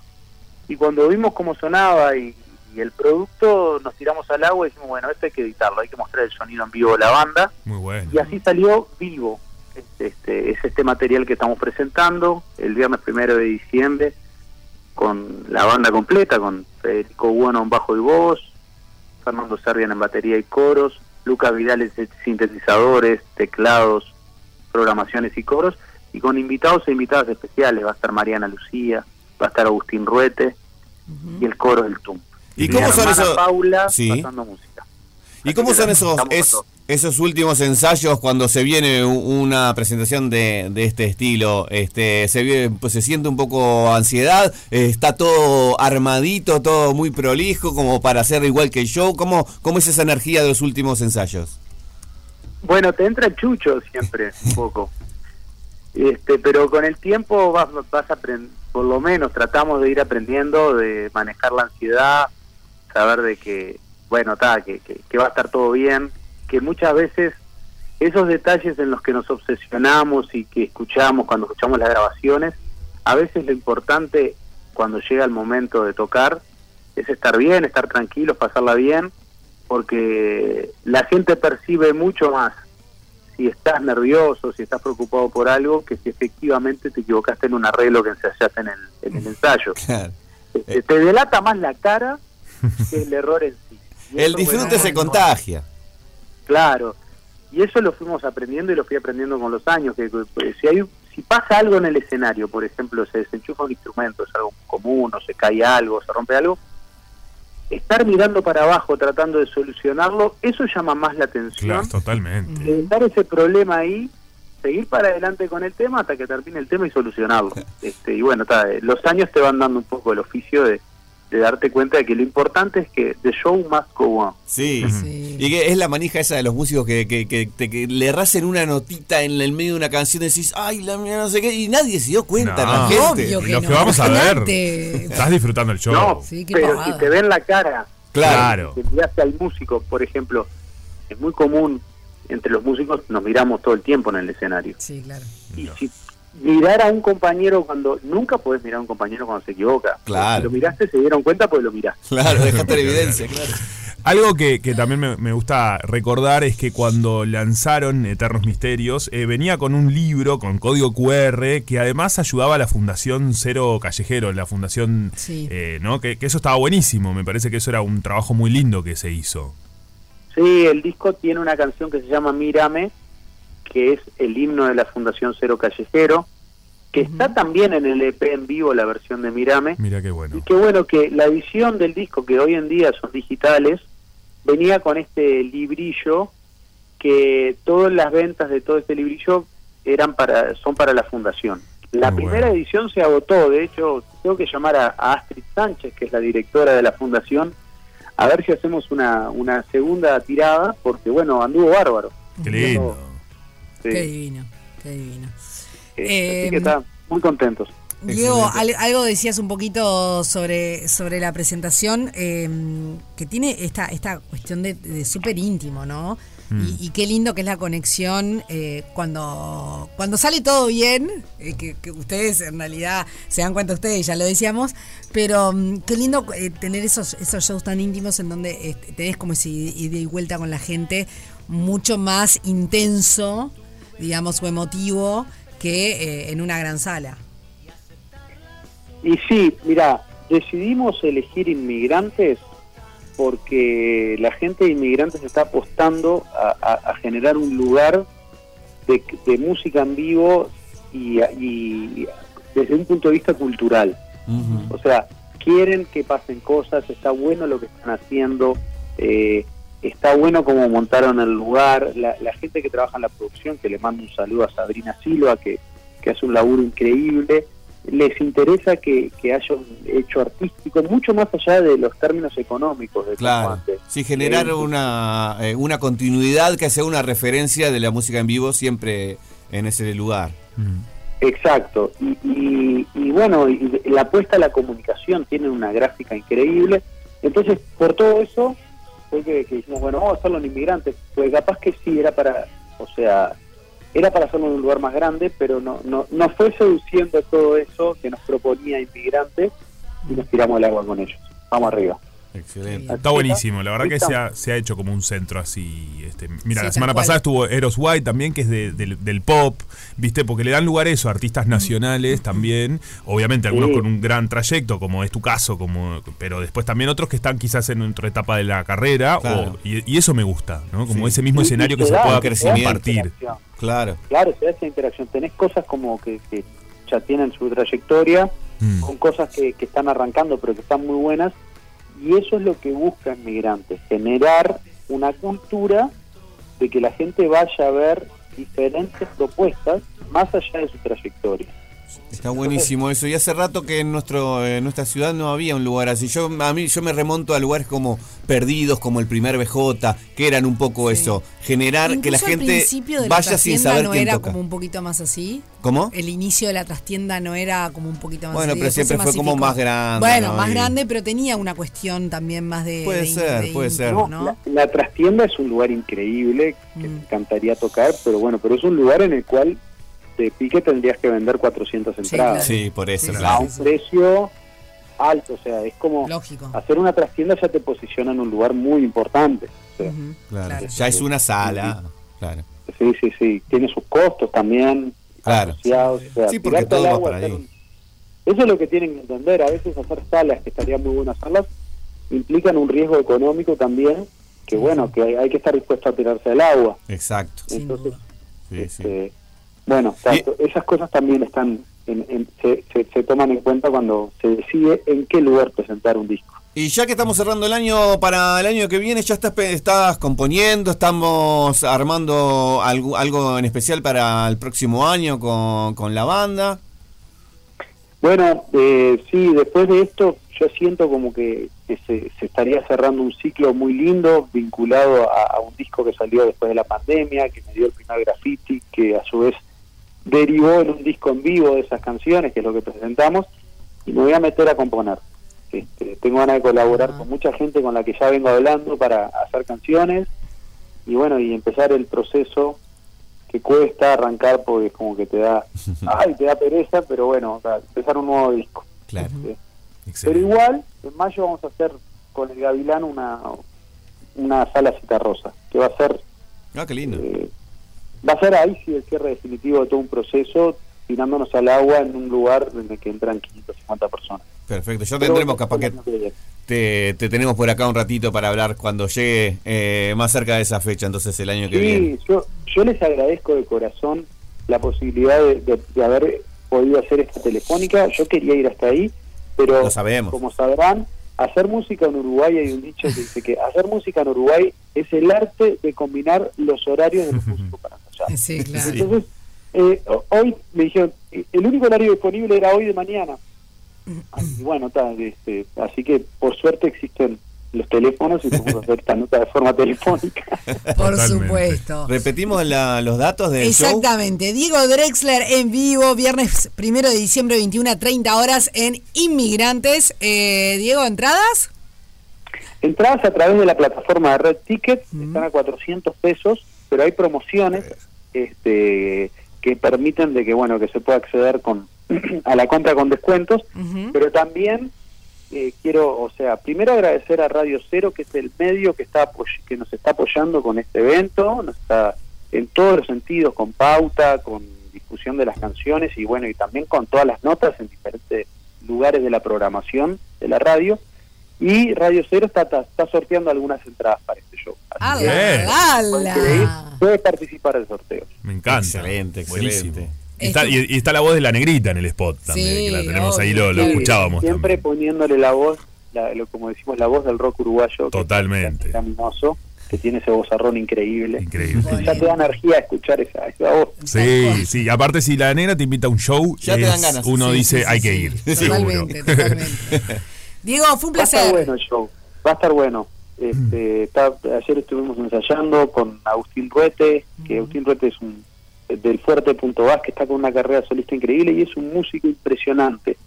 Y cuando vimos cómo sonaba y, y el producto, nos tiramos al agua y dijimos, bueno, esto hay que editarlo, hay que mostrar el sonido en vivo de la banda. Muy bueno. Y así salió vivo. Es este, es este material que estamos presentando el viernes primero de diciembre con la banda completa, con Federico Bueno en bajo y voz, Fernando Servian en batería y coros, Lucas Vidal en sin- sintetizadores, teclados, programaciones y coros, y con invitados e invitadas especiales. Va a estar Mariana Lucía, va a estar Agustín Ruete y el coro del TUM. ¿Y Bien. cómo Mi son hermana esos, Paula Sí. pasando música. ¿y cómo son esos, Estamos es- con todo. esos últimos ensayos cuando se viene u- una presentación de, de este estilo? Este, se, viene- pues, se siente un poco ansiedad, Eh, está todo armadito, todo muy prolijo, como para hacer igual que el show. ¿Cómo, cómo es esa energía de los últimos ensayos? Bueno, te entra chucho siempre, un poco. Este, pero con el tiempo vas, vas a aprender, por lo menos tratamos de ir aprendiendo, de manejar la ansiedad, saber de que, bueno, ta, que, que- que va a estar todo bien, que muchas veces esos detalles en los que nos obsesionamos y que escuchamos cuando escuchamos las grabaciones, a veces lo importante cuando llega el momento de tocar es estar bien, estar tranquilos, pasarla bien, porque la gente percibe mucho más si estás nervioso, si estás preocupado por algo, que si efectivamente te equivocaste en un arreglo que ensayaste en el, en el ensayo. Claro. Eh. Este, te delata más la cara que el error en sí. Y El eso, bueno, disfrute se bueno, contagia. Claro. Y eso lo fuimos aprendiendo y lo fui aprendiendo con los años. Que, que si, hay, si pasa algo en el escenario, por ejemplo, se desenchufa un instrumento, es algo común, o se cae algo, se rompe algo, estar mirando para abajo tratando de solucionarlo, eso llama más la atención Claro, totalmente. de dar ese problema ahí, seguir para adelante con el tema hasta que termine el tema y solucionarlo. Este, y bueno, ta, eh, los años te van dando un poco el oficio de, de darte cuenta de que lo importante es que the show must go on. Sí. Y que es la manija esa de los músicos que, que, que- te- que le racen una notita en el medio de una canción y decís, ay, la mía no sé qué, y nadie se dio cuenta, la No, gente. obvio Ah. que Lo que no. vamos a ver. Imagínate. Estás disfrutando el show. No, pero si te ven la cara, Claro. si te miraste al músico, por ejemplo, es muy común entre los músicos nos miramos todo el tiempo en el escenario. Sí, claro. Y si mirar a un compañero cuando nunca podés mirar a un compañero cuando se equivoca. Claro. Si lo miraste se dieron cuenta porque lo miraste. Claro, dejaste la evidencia, claro. Algo que, que también me, me gusta recordar es que cuando lanzaron Eternos Misterios, eh, venía con un libro con código QR que además ayudaba a la Fundación Cero Callejero, la Fundación, eh, ¿no? Que, que eso estaba buenísimo, me parece que eso era un trabajo muy lindo que se hizo. Sí, el disco tiene una canción que se llama Mírame, que es el himno de la Fundación Cero Callejero, que está también en el EP en vivo la versión de Mírame. Mira qué bueno. Y qué bueno que la edición del disco, que hoy en día son digitales, venía con este librillo que todas las ventas de todo este librillo eran para son para la fundación. La Muy primera edición se agotó, de hecho, tengo que llamar a, a Astrid Sánchez, que es la directora de la fundación, a ver si hacemos una, una segunda tirada, porque bueno, anduvo bárbaro. Qué lindo. Sí, Qué divino, qué divino. eh, Eh, así que está muy contentos. Diego, al- algo decías un poquito sobre, sobre la presentación eh, que tiene esta, esta cuestión de, de súper íntimo, ¿no? Mm. Y, y qué lindo que es la conexión eh, cuando, cuando sale todo bien, eh, que, que ustedes en realidad se dan cuenta ustedes, ya lo decíamos, pero mm, qué lindo eh, tener esos, esos shows tan íntimos en donde este, tenés como ese ida y vuelta con la gente mucho más intenso, digamos, o emotivo que eh, en una gran sala. Y sí, mira, decidimos elegir inmigrantes porque la gente de inmigrantes está apostando a, a- a generar un lugar de, de música en vivo y, y desde un punto de vista cultural. O sea, quieren que pasen cosas, está bueno lo que están haciendo, eh, está bueno como montaron el lugar, la, la gente que trabaja en la producción, que le mando un saludo a Sabrina Silva, que, que hace un laburo increíble, les interesa que, que haya un hecho artístico, mucho más allá de los términos económicos de Claro. San Juan. Sí, generar Eh, una, eh, una continuidad que sea una referencia de la música en vivo siempre en ese lugar. Exacto. Y, y- y bueno, y la apuesta a la comunicación tiene una gráfica increíble. Entonces, por todo eso, fue que, que dijimos, bueno, vamos a hacerlo en inmigrantes. Pues capaz que sí, era para, o sea, era para hacerlo en un lugar más grande, pero no, no, nos fue seduciendo todo eso que nos proponía inmigrantes y nos tiramos al agua con ellos. Vamos arriba. Excelente. Está buenísimo, la verdad que se sea ha, se ha hecho como un centro así. Este, mira, Sí, la tal semana cual. pasada estuvo Eros White también, que es de- del, del pop, ¿viste? Porque le dan lugar a eso, a artistas nacionales también, obviamente algunos Sí. con un gran trayecto, como es tu caso, como pero después también otros que están quizás en otra etapa de la carrera, o- Claro. y, y eso me gusta, ¿no? Como ese mismo Y- y escenario te que se da- pueda te da compartir. interacción. Claro. Claro, se da esa interacción. Tenés cosas como que, que ya tienen su trayectoria, con cosas que, que están arrancando pero que están muy buenas. Y eso es lo que buscan migrantes, generar una cultura de que la gente vaya a ver diferentes propuestas más allá de su trayectoria. Está buenísimo eso. Y hace rato que en nuestro en nuestra ciudad no había un lugar así. Yo a mí yo me remonto a lugares como Perdidos, como el primer BJ, que eran un poco eso, generar que la Incluso al gente principio de la vaya sin trastienda saber no quién era toca. como un poquito más así. ¿Cómo? El inicio de la trastienda no era como un poquito más Bueno, así, pero después siempre se fue como masificó. más grande, Bueno, ¿no? más Y- grande, pero tenía una cuestión también más de. Puede de- ser, de puede ser. íntimo, No, ¿no? La, la trastienda es un lugar increíble que Mm. me encantaría tocar, pero bueno, pero es un lugar en el cual de pique tendrías que vender 400 entradas. Sí, por eso. a claro. un precio alto, o sea, es como hacer una trastienda ya te posiciona en un lugar muy importante. o sea, Claro. Ya es una sala. Claro. Sí, sí, sí, tiene sus costos también Claro. asociados. o sea, Sí, porque tirarte al todo va agua, para hacer ahí. un- Eso es lo que tienen que entender, a veces hacer salas, que estarían muy buenas salas, implican un riesgo económico también, que bueno, que hay, hay que estar dispuesto a tirarse al agua. Exacto. Entonces, Sí, sí. eh, bueno, tanto- esas cosas también están, en- en- se- se- se toman en cuenta cuando se decide en qué lugar presentar un disco. Y ya que estamos cerrando el año, para el año que viene, ¿ya estás, pe- estás componiendo? ¿Estamos armando algo, algo en especial para el próximo año con, con la banda? Bueno, eh, sí, después de esto yo siento como que, que se, se estaría cerrando un ciclo muy lindo vinculado a, a un disco que salió después de la pandemia, que me dio el primer graffiti, que a su vez derivó en un disco en vivo de esas canciones, que es lo que presentamos, y me voy a meter a componer. Este, tengo ganas de colaborar con mucha gente con la que ya vengo hablando para hacer canciones y bueno, y empezar el proceso que cuesta arrancar porque es como que te da, ay, te da pereza, pero bueno, o sea, empezar un nuevo disco. Claro. Este, pero Excelente. igual, en mayo vamos a hacer con el Gavilán una, una sala citarrosa, que va a ser Ah, qué lindo. eh, va a ser ahí sí el cierre definitivo de todo un proceso, tirándonos al agua en un lugar en el que entran 550 personas. Perfecto. Ya tendremos capaz que te, te tenemos por acá un ratito para hablar cuando llegue eh, más cerca de esa fecha, entonces el año que viene. Sí, yo, yo les agradezco de corazón la posibilidad de, de- de haber podido hacer esta telefónica. Yo quería ir hasta ahí, pero Lo sabemos. como sabrán, hacer música en Uruguay, hay un dicho que dice que hacer música en Uruguay es el arte de combinar los horarios de los músicos para ensayar. Sí, claro. Sí. Entonces, eh, ho- hoy me dijeron, eh, el único horario disponible era hoy de mañana. Ah, Y bueno, ta, este, así que por suerte existen los teléfonos y podemos hacer esta nota de forma telefónica. Por Totalmente. supuesto. Repetimos la- los datos del show. Exactamente. Diego Drexler en vivo, viernes 1 de diciembre, 21 a 30 horas en Inmigrantes. Eh, Diego, ¿entradas? Entradas a través de la plataforma de Red Ticket están a 400 pesos, pero hay promociones este, que permiten de que bueno que se pueda acceder con a la compra con descuentos, pero también eh, quiero, o sea, primero agradecer a Radio Cero que es el medio que está apoy- que nos está apoyando con este evento, nos está en todos los sentidos con pauta, con discusión de las canciones y bueno y también con todas las notas en diferentes lugares de la programación de la radio. Y Radio Cero está, está, está sorteando algunas entradas para este show. Así que, ¡Ala, cualquiera que ir, ala! puede participar del sorteo. Me encanta. Excelente, Buenísimo. excelente. Y está, y- y está la voz de la negrita en el spot también, Sí, que la tenemos ahí, obvio. lo, lo Sí, escuchábamos Siempre también. poniéndole la voz, la- lo, como decimos, la voz del rock uruguayo. que Totalmente. es caminoso, que tiene ese vozarrón increíble. Increíble. Ya te da energía a escuchar esa, esa voz. Sí, sí. Aparte, si la negra te invita a un show, Ya te es- dan ganas. uno Sí, dice, sí, sí, hay sí. que ir. seguro. Totalmente, totalmente. Diego, fue un Va a estar placer. bueno el show. Va a estar bueno. Este, está- ayer estuvimos ensayando con Agustín Ruete, Mm. que Agustín Ruete es un del fuerte punto Vaz, que está con una carrera solista increíble y es un músico impresionante.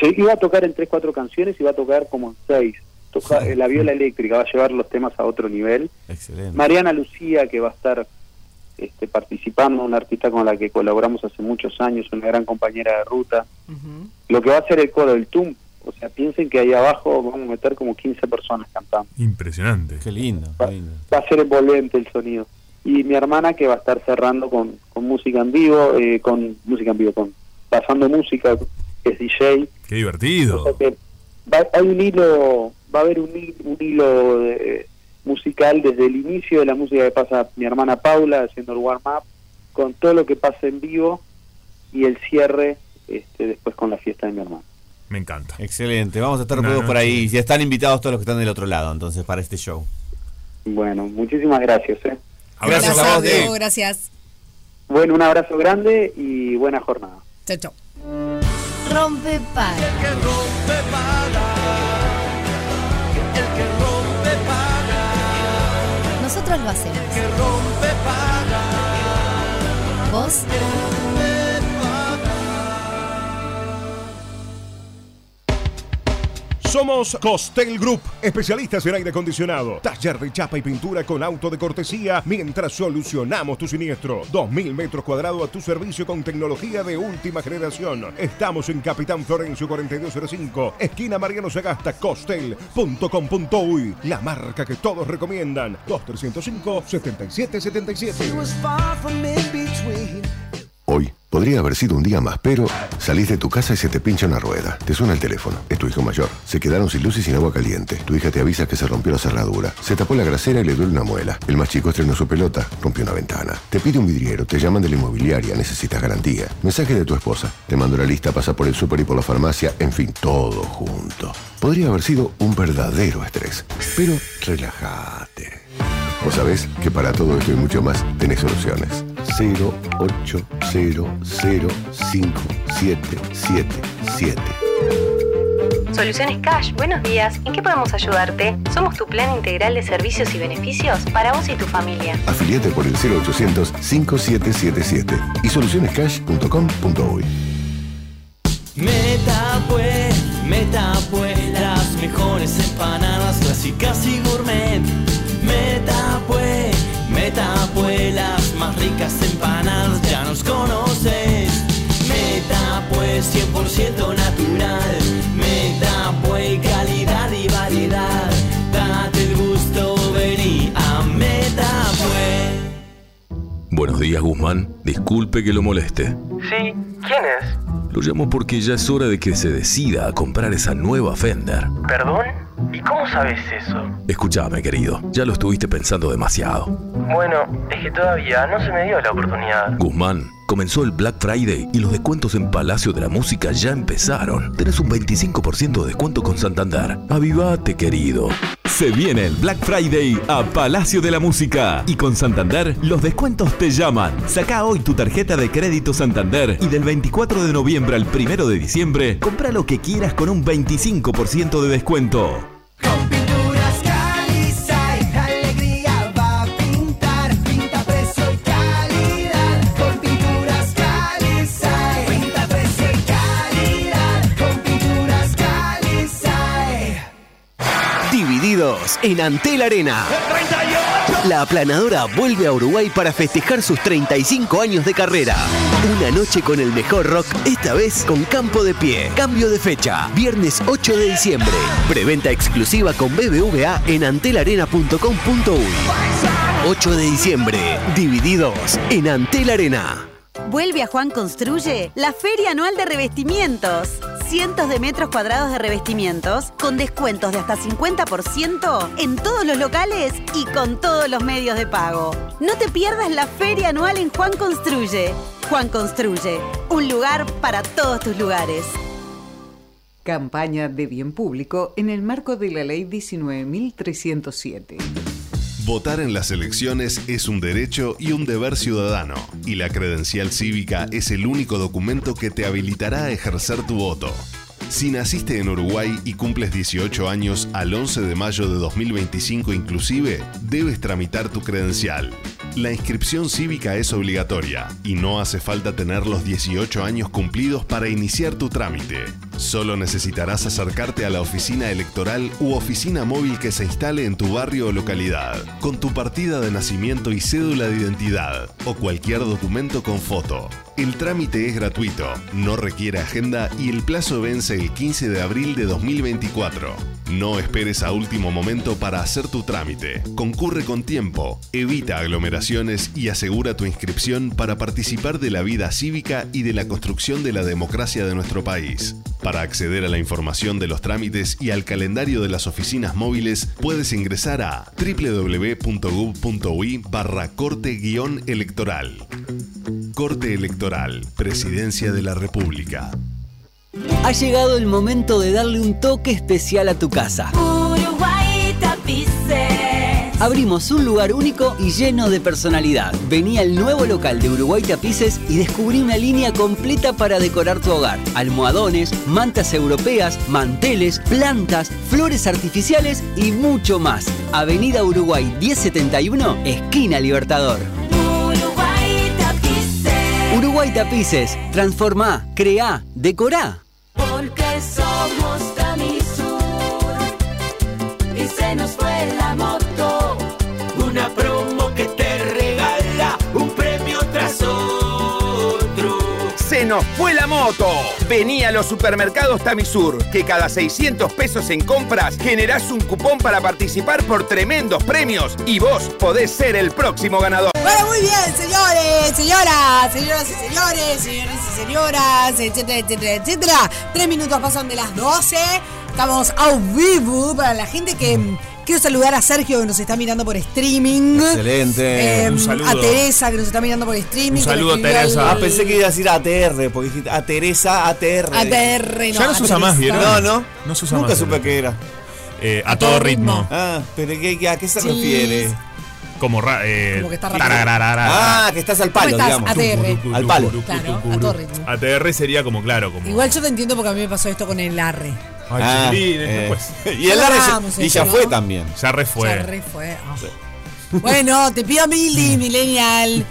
Se iba a tocar en tres, cuatro canciones y va a tocar como en seis. Toca eh, la viola eléctrica, va a llevar los temas a otro nivel. Excelente. Mariana Lucía, que va a estar este, participando, una artista con la que colaboramos hace muchos años, una gran compañera de ruta. Ujú. Lo que va a ser el coro del TUM, o sea, piensen que ahí abajo vamos a meter como 15 personas cantando. Impresionante. Qué lindo, qué Va, lindo. va a ser envolvente el sonido. Y mi hermana que va a estar cerrando con, con música en vivo, eh, con música en vivo, con pasando música, que es DJ. Qué O sea divertido. que va- hay un hilo, va a haber un, hi- un hilo de- musical desde el inicio de la música que pasa mi hermana Paula haciendo el warm-up, con todo lo que pasa en vivo y el cierre este, después con la fiesta de mi hermana. Me encanta. Excelente. Vamos a estar Una todos por ahí. noche. Ya están invitados todos los que están del otro lado, entonces, para este show. Bueno, muchísimas gracias. ¿eh? Gracias Abrazo. a vos, Diego, Diego. gracias. Bueno, un abrazo grande y buena jornada. Chao, chao. Rompe para. Nosotros lo hacemos. Vos Somos Costel Group, especialistas en aire acondicionado, taller de chapa y pintura con auto de cortesía mientras solucionamos tu siniestro. 2.000 metros cuadrados a tu servicio con tecnología de última generación. Estamos en Capitán Florencio 4205, esquina Mariano Sagasta, costel.com.uy, la marca que todos recomiendan. 2305-7777. Hoy podría haber sido un día más, pero salís de tu casa y se te pincha una rueda. Te suena el teléfono. Es tu hijo mayor. Se quedaron sin luz y sin agua caliente. Tu hija te avisa que se rompió la cerradura. Se tapó la grasera y le duele una muela. El más chico estrenó su pelota, rompió una ventana. Te pide un vidriero, te llaman de la inmobiliaria, necesitas garantía. Mensaje de tu esposa. Te mando la lista, pasa por el súper y por la farmacia, en fin, todo junto. Podría haber sido un verdadero estrés, pero relájate. Vos sabés que para todo esto y mucho más tenés soluciones. 0800057777. Soluciones Cash, buenos días. ¿En qué podemos ayudarte? Somos tu plan integral de servicios y beneficios para vos y tu familia. Afiliate por el 0800 5777 y solucionescash.com.uy. Metapue, Metapue, pues, las mejores empanadas clásicas y gourmet. Metapue, Metapue, pues, las más ricas empanadas ya nos conoces. pues, Metapue, 100% natural. Metapue, calidad y variedad. Date el gusto, vení a pues. Metapue. Buenos días, Guzmán. Disculpe que lo moleste. Sí, ¿quién es? Lo llamo porque ya es hora de que se decida a comprar esa nueva Fender. ¿Perdón? ¿Y cómo sabes eso? Escúchame, querido. Ya lo estuviste pensando demasiado. Bueno, es que todavía no se me dio la oportunidad. Guzmán, comenzó el Black Friday y los descuentos en Palacio de la Música ya empezaron. Tenés un 25% de descuento con Santander. Avivate, querido. Se viene el Black Friday a Palacio de la Música y con Santander los descuentos te llaman. Saca hoy tu tarjeta de crédito Santander y del 24 de noviembre al 1 de diciembre compra lo que quieras con un 25% de descuento. Pinturas Calizay, alegría va a pintar, pinta precio y calidad. Con pinturas Calizay, pinta precio y calidad. Con pinturas Calizay. Divididos en Antel Arena. La aplanadora vuelve a Uruguay para festejar sus 35 años de carrera. Una noche con el mejor rock, esta vez con campo de pie. Cambio de fecha, viernes 8 de diciembre. Preventa exclusiva con BBVA en antelarena.com.uy. 8 de diciembre, divididos en Antel Arena. Vuelve a Juan Construye la Feria Anual de Revestimientos. Cientos de metros cuadrados de revestimientos con descuentos de hasta 50% en todos los locales y con todos los medios de pago. No te pierdas la Feria Anual en Juan Construye. Juan Construye, un lugar para todos tus lugares. Campaña de bien público en el marco de la ley 19.307. Votar en las elecciones es un derecho y un deber ciudadano, y la credencial cívica es el único documento que te habilitará a ejercer tu voto. Si naciste en Uruguay y cumples 18 años al 11 de mayo de 2025 inclusive, debes tramitar tu credencial. La inscripción cívica es obligatoria y no hace falta tener los 18 años cumplidos para iniciar tu trámite. Solo necesitarás acercarte a la oficina electoral u oficina móvil que se instale en tu barrio o localidad, con tu partida de nacimiento y cédula de identidad o cualquier documento con foto. El trámite es gratuito, no requiere agenda y el plazo vence el 15 de abril de 2024. No esperes a último momento para hacer tu trámite. Concurre con tiempo, evita aglomeraciones y asegura tu inscripción para participar de la vida cívica y de la construcción de la democracia de nuestro país. Para acceder a la información de los trámites y al calendario de las oficinas móviles, puedes ingresar a www.gov.uy barra corte-electoral. Corte Electoral, Presidencia de la República. Ha llegado el momento de darle un toque especial a tu casa. Uruguay Tapices. Abrimos un lugar único y lleno de personalidad. Vení al nuevo local de Uruguay Tapices y descubrí una línea completa para decorar tu hogar. Almohadones, mantas europeas, manteles, plantas, flores artificiales y mucho más. Avenida Uruguay 1071, esquina Libertador. Uruguay Tapices. Uruguay Tapices, transformá, creá, decorá. Porque somos Tamisur y se nos fue la moto. Una promo que te regala un premio tras otro. Se nos fue la moto. Vení a los supermercados Tamisur, que cada 600 pesos en compras generás un cupón para participar por tremendos premios y vos podés ser el próximo ganador. Bueno, muy bien, señores, señoras, señoras y señores, señores y señoras, etcétera, etcétera, etcétera. Tres minutos pasan de las 12. Estamos a vivo para la gente que. mm, Quiero saludar a Sergio que nos está mirando por streaming. Excelente. Em, Un saludo. A Teresa que nos está mirando por streaming. que nos escribió al- Ah, pensé que iba a decir ATR, porque dijiste a Teresa ATR. ATR, no, Ya no se usa ATR. más, ¿vieron? No, no. No se usa Nunca más, supe qué era. Eh, a todo ritmo. Ah, pero ¿qué- qué- ¿a qué se Sí. refiere? Como, ra- eh, Como que está rápido. tarararara. Ah, que estás al palo, ¿Cómo estás? digamos. ATR. Al palo. Claro, a todo ritmo. ATR sería como, claro, como. Igual yo te entiendo porque a mí me pasó esto con el arre. Ay, Ah, chiquilín, eh. pues. Y el Ya Lara ya- hablábamos y eso, ya ¿no? fue también. Ya re Ya fue. re fue. ah. Bueno, te pido Mili, Millennial.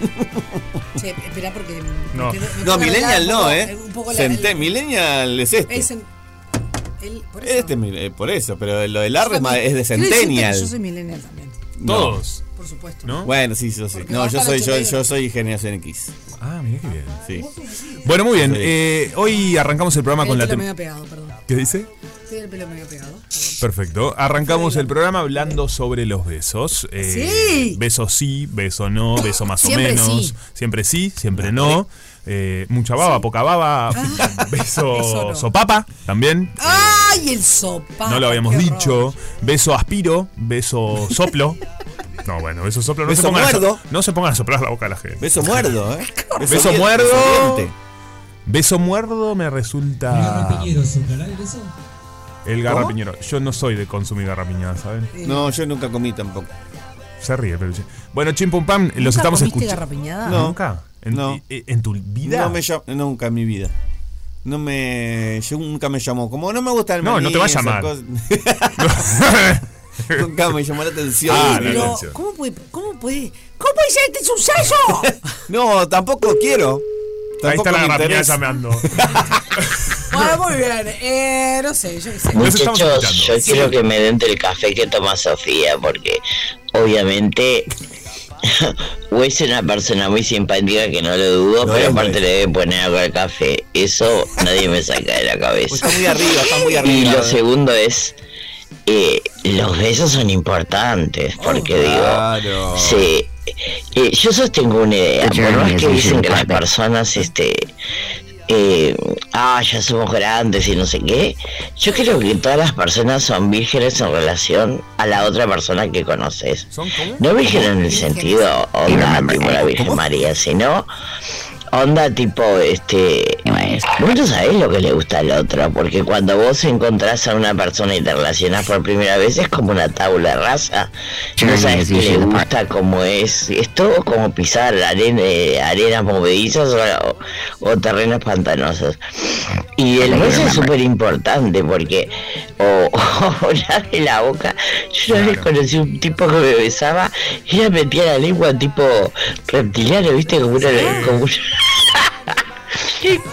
che, espera porque. me No, quedo- me no quedo Millennial cargada un no, poco- ¿eh? Un poco la- Centé- Millennial es este. es en- el- por eso. Este es mil- eh, por eso, pero lo del Yo ARRE también- es de quiero decirte que Yo Centennial. soy Millennial también. No. Todos. Por supuesto. Bueno, sí, yo sí. Porque No, vas yo para soy, yo, 80. yo soy generación X. Ah, mira qué bien. Sí. Bueno, muy bien. Sí. eh, hoy arrancamos el programa Tengo con la. el pelo tem- medio pegado, perdón. ¿Qué dice? Tengo el pelo medio pegado. Perfecto. Arrancamos el programa hablando sobre los besos. Eh, Sí. Beso sí, beso no, beso más Siempre o menos. sí. Siempre sí, siempre no. Eh, mucha baba, poca baba. Beso, Eso Ah. no. sopapa también. ¡Ay, el sopa! no lo habíamos Qué dicho. Beso aspiro, beso soplo. No, bueno, beso soplo. No, Beso se pongan a so- muerdo. no se pongan a soplar la boca a la gente. Beso muerdo, ¿eh? Beso, bien- muerdo. beso diente. Beso muerdo me resulta. El garrapiñero. Yo no soy de consumir garrapiñada, ¿saben? No, yo nunca comí tampoco. Se ríe, pero sí. Bueno, Chimpum Pam, ¿Nunca los estamos comiste escuchando. garrapiñada? No. ¿Nunca? ¿En, No. eh, en tu vida? No me llam- nunca en mi vida. No me. yo nunca me llamó. Como no me gusta el No, maní, no te va a esas llamar. cosas. nunca me llamó la atención. Ah, la Pero- Pero, ¿cómo puede, cómo puede, cómo puede ser este suceso? No, tampoco quiero. Ahí Tampoco está la me garrapiñada interesa. llameando. bueno, Ah, muy bien, eh, no sé, yo qué sé. Muchachos, yo quiero que me den del café que toma Sofía, porque obviamente o es una persona muy simpática que no lo dudo, Lo pero es, lo aparte es. le debe poner algo al café. Eso nadie me saca de la cabeza. Pues Está muy arriba, está muy arriba. Y lo ¿verdad? segundo es, eh, los besos son importantes, Oh, porque digo, sí, eh, yo sostengo una idea, por más que dicen que las personas, este, eh, ah, ya somos grandes y no sé qué, yo creo que todas las personas son vírgenes en relación a la otra persona que conoces. No virgen en el sentido, onda, tipo la Virgen María, sino onda tipo este vos no sabés lo que le gusta al otro porque cuando vos encontrás a una persona y te relacionás por primera vez es como una tabla rasa no sabes qué le gusta cómo es es todo como pisar arena, arenas movedizas o, o terrenos pantanosos y el beso es súper importante porque o, o la de la boca yo una vez conocí un tipo que me besaba y le metía la lengua tipo reptiliano viste como una, como una-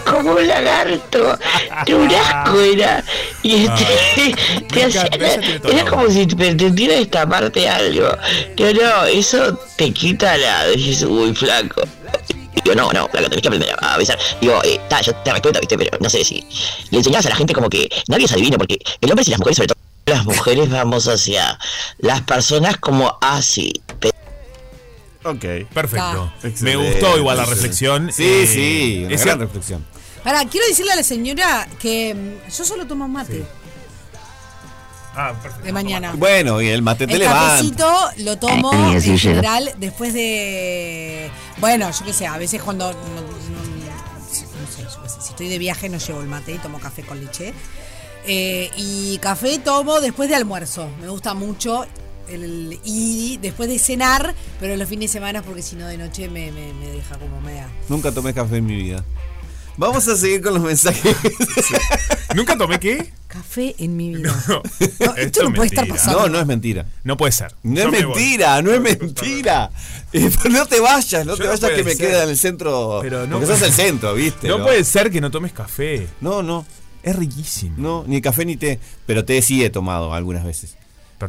como un lagarto. De un asco era. Y Ah. este, Ah. te hacían- era como si te, te tiras esta parte algo. Yo no, eso te quita la. Dices, uy, flaco. Digo, no, no, flaco, tenés que aprender a besar. Digo, eh, ta, yo te respeto, viste, pero no sé si. Le enseñabas a la gente como que nadie es adivino, porque el hombre y las mujeres, sobre todo las mujeres, vamos hacia las personas como así. Ok. Perfecto. Ah. Me Excelente, gustó igual la excelente. reflexión. Sí, Eh, sí, una es gran cier- reflexión. Pará, quiero decirle a la señora que mm, yo solo tomo mate Ah, perfecto. de mañana. Bueno, y el mate te el levanta. cafecito lo tomo Ay, en así llega. general después de. Bueno, yo qué sé, a veces cuando. No, no- no sé, yo qué sé, si estoy de viaje no llevo el mate y tomo café con leche. Eh, y café tomo después de almuerzo. Me gusta mucho. El, y después de cenar, pero los fines de semana, porque si no de noche me, me- me deja como media. Nunca tomé café en mi vida. Vamos a seguir con los mensajes. ¿Nunca tomé qué? Café en mi vida. Esto no puede estar pasando. No, no es mentira. No puede ser. No Yo es me voy. mentira, no es mentira. Eh, pero No te vayas, no Yo te no vayas que puede me ser. queda en el centro. Pero no Oh, porque puede- sos el centro, ¿viste? No puede ser que no tomes café. No, no. Es riquísimo. No, ni café ni té. Pero té sí he tomado algunas veces.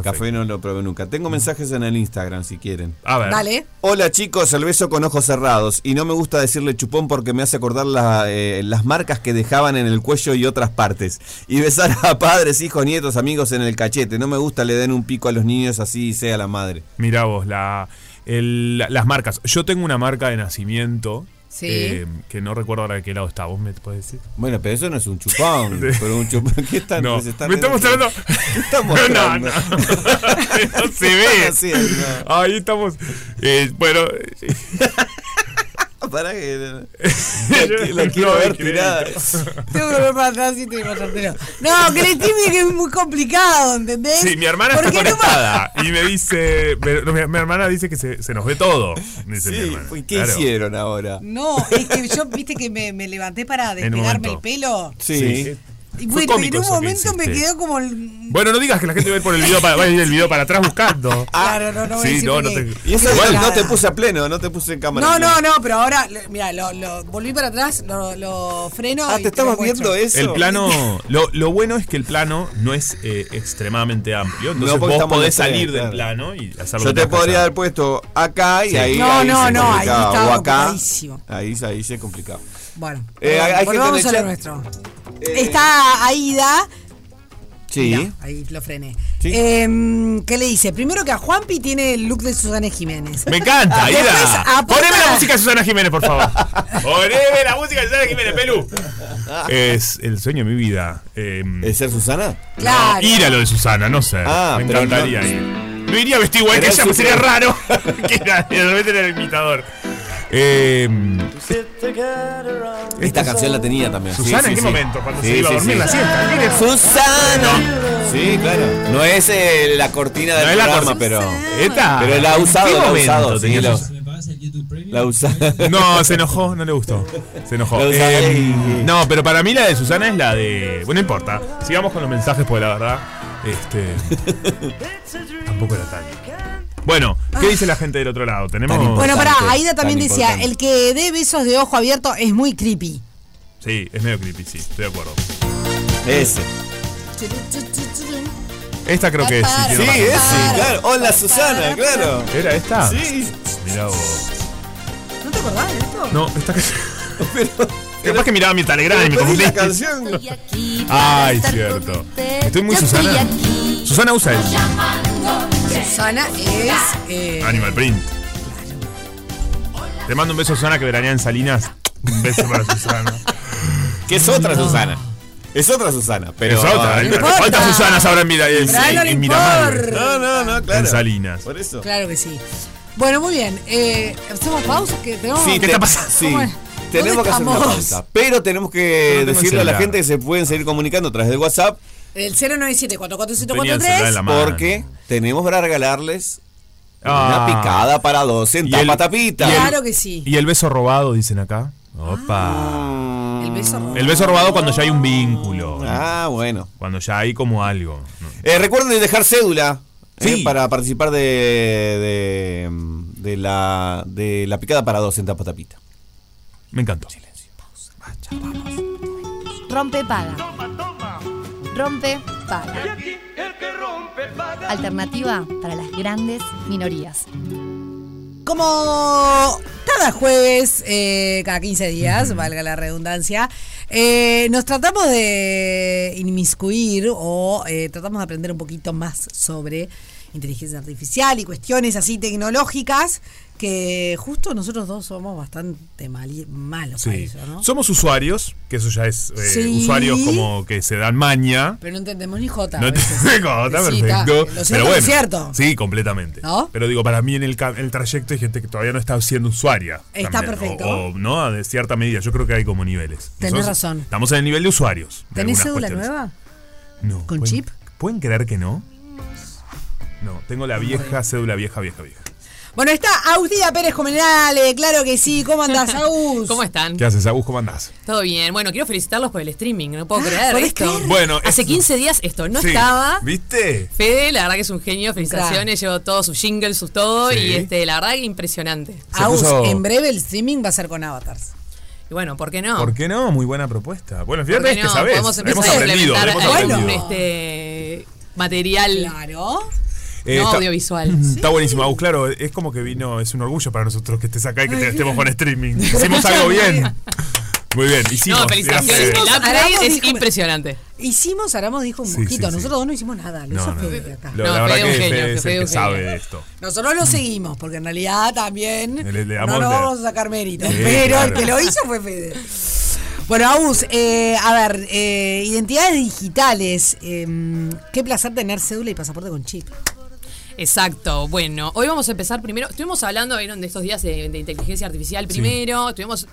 Café no lo probé nunca. Tengo mensajes en el Instagram si quieren. Mm. A ver. Dale. Hola chicos, el beso con ojos cerrados. Y no me gusta decirle chupón porque me hace acordar la, eh, las marcas que dejaban en el cuello y otras partes. Y besar a padres, hijos, nietos, amigos en el cachete. No me gusta le den un pico a los niños así sea la madre. Mirá vos, la, el- la- las marcas. Yo tengo una marca de nacimiento. Sí. eh, que no recuerdo ahora de qué lado está. ¿Vos me puedes decir? Bueno, pero eso no es un chupón. pero un chupón. ¿Qué están? No, se están me está riendo? mostrando. ¿Qué están No, no, mostrando? no. No se ve. haciendo? Ahí estamos. eh, bueno. eh, pará que. La, quiero ver tirada. Tengo que volver para atrás y tengo que pasártelo. No, que el streaming es muy complicado, ¿entendés? Sí, mi hermana está conectada y me dice. me- no, mi, mi hermana dice que se, se nos ve todo. Dice mi hermana. ¿y qué hicieron ahora? No, es que yo, viste que me, me levanté para En un despegarme momento. el pelo. Sí. Y Fue bueno, cómico en un eso que momento me hiciste. quedó como. el- Bueno, no digas que la gente va a ir por el video para, va a ir el video para atrás buscando. Ah, Claro, no, no voy a Sí, decir no, no porque- te- Y eso Igual- igual no te puse a pleno, no te puse en cámara. No, en pleno. no, no, pero ahora, mira, lo, lo- volví para atrás, lo, lo freno. Ah, y te estabas lo muestro. viendo eso. El plano, lo, lo bueno es que el plano no es eh, extremadamente amplio, entonces No, porque vos estamos podés los tres, salir del claro. plano y hacer lo Yo te que tengas que podría hacer. haber puesto acá y Sí. ahí. No, ahí no, se no, ahí complicaba. estaba O acá. complicadísimo. Ahí, ahí se complicaba. Bueno, Eh, hay- hay gente en volvamos el a lo chat. Eh, nuestro. Está Aida. Sí. Mirá, ahí lo frené. Em, ¿Qué le dice? Primero que a Juanpi tiene el look de Susana Jiménez. Me encanta, Después Ida. aporta- Poneme la música de Susana Jiménez, por favor. Poneme la música de Susana Jiménez, Pelu. Es el sueño de mi vida. ¿El ser Susana? Claro. ir a lo de Susana, no sé. Ah, me pero encantaría no- ir. No iría vestido igual que Pero ella, pues sería Susana. raro. que era- de repente era el imitador. Em, Esta canción la tenía también. Susana, ¿en qué momento? Cuando se iba a dormir la siesta. ¿Quién es? Susana. Sí, claro. No es eh, la cortina del No es la programa, cortina. pero. Esta. Pero la ha ¿En usado, qué la ha momento usado. tenía sí, la- Susana? La usa. No, se enojó, no le gustó. Se enojó. La usa- Eh, Ey. no, pero para mí la de Susana es la de. Bueno, no importa. Sigamos con los mensajes, porque la verdad. Este. tampoco era tan. Bueno, ¿qué dice la gente del otro lado? Tenemos. Bueno, pará, Aida también decía, el que dé besos de ojo abierto es muy creepy. Sí, es medio creepy, sí, estoy de acuerdo. Ese. Esta creo que es. Sí, tiene razón. ese, claro. Hola, Susana, claro. ¿Era esta? Sí. Mirá vos. ¿No te acordás ¿eh? de esto? No, esta que. Capaz que miraba mi Telegram y me Pero confundí. es la canción. Ay, cierto. Estoy muy Susana. Susana usa el Susana es. eh, Animal Print. Te mando un beso, Susana, que veranea en Salinas. Un beso para Susana. Que es otra Susana. Es otra Susana, pero. es otra. No ¿Cuántas importa. Susanas habrá en, Mira- en- Pero a él no le en Miramar? importa. No, no, no, claro. En Salinas. Por eso. Claro que sí. Bueno, muy bien. eh, ¿Hacemos pausa? ¿Qué, tenemos- Sí, te- Sí. ¿Cómo es? Tenemos ¿Dónde que hacer una estamos? pausa. Pero tenemos que No tengo decirle a la celular. gente que se pueden seguir comunicando a través del WhatsApp El 097 Tenía el celular en la mano. porque tenemos para regalarles Ah. una picada para dos en Y el- tapa tapita. y el- Claro que sí. Y el beso robado, dicen acá. Opa. Ah. El beso rojo. El beso robado cuando ya hay un vínculo. Ah, bueno. Cuando ya hay como algo. Eh, recuerden de dejar cédula eh, Sí. para participar de, de, de la, de la picada para dos en tapa tapita. Me encantó. Rompe, paga. Rompe, paga. Alternativa para las grandes minorías. Como cada jueves, eh, cada 15 días, valga la redundancia, eh, nos tratamos de inmiscuir o eh, tratamos de aprender un poquito más sobre inteligencia artificial y cuestiones así tecnológicas que justo nosotros dos somos bastante mali- malos para Sí. eso, ¿no? Somos usuarios, que eso ya es eh, Sí. usuarios como que se dan maña. Pero no entendemos ni jota. No a te- veces. No, está Sí, está. perfecto. Lo pero cierto bueno, es cierto. sí, completamente. ¿No? Pero digo, para mí en el, ca- en el trayecto hay gente que todavía no está siendo usuaria. Está también, perfecto. O, o, no, de cierta medida. Yo creo que hay como niveles. Tenés Nosotros razón. Estamos en el nivel de usuarios. de ¿Tenés algunas cédula cuestiones. nueva? No. ¿Con ¿Pueden- chip? ¿Pueden creer que no? No, tengo la vieja cédula vieja, vieja, vieja. Bueno, está Agustina Pérez Comenale, claro que sí. ¿Cómo andás, Agus? ¿Cómo están? ¿Qué haces, Agus? ¿Cómo andás? Todo bien. Bueno, quiero felicitarlos por el streaming, no puedo Ah, creer ¿podés esto. creer? Bueno, hace es- 15 días esto no Sí. estaba. ¿Viste? Fede, la verdad que es un genio, felicitaciones, llevó todos sus jingles, sus todo Sí. y este, la verdad que impresionante. Agus, puso- en breve el streaming va a ser con avatars. Y bueno, ¿por qué no? ¿Por qué no? Muy buena propuesta. Bueno, ¿Por fíjate qué es que no? sabes. Podemos Hemos empezar a aprendido. implementar hemos algún, aprendido. este, material claro. Eh, no está- audiovisual. Está buenísimo, Agus. Claro, es como que vino, es un orgullo para nosotros que estés acá y que te- Ay, estemos bien. con streaming. Hicimos algo bien. Muy bien, hicimos. no, felicitaciones. gracias. El Hagamos, upgrade Ah, es dijo- impresionante. Hicimos, Aramos dijo un Sí, mosquito. sí, sí. Nosotros dos no hicimos nada. Ah, Lo No, hizo no, Fede no. acá. Lo- No, la verdad Fede que es un genio, Fede es Fede el es que un genio. sabe de esto. Nosotros lo seguimos, porque en realidad también Le- le no damos nos de- vamos a sacar mérito. Sí, pero el claro. que lo hizo fue Fede. Bueno, Agus, eh, a ver, eh, em, identidades digitales. eh, qué placer tener cédula y pasaporte con chip. Exacto. Bueno, hoy vamos a empezar primero. Estuvimos hablando, vieron, de estos días de, de inteligencia artificial Sí. primero. Estuvimos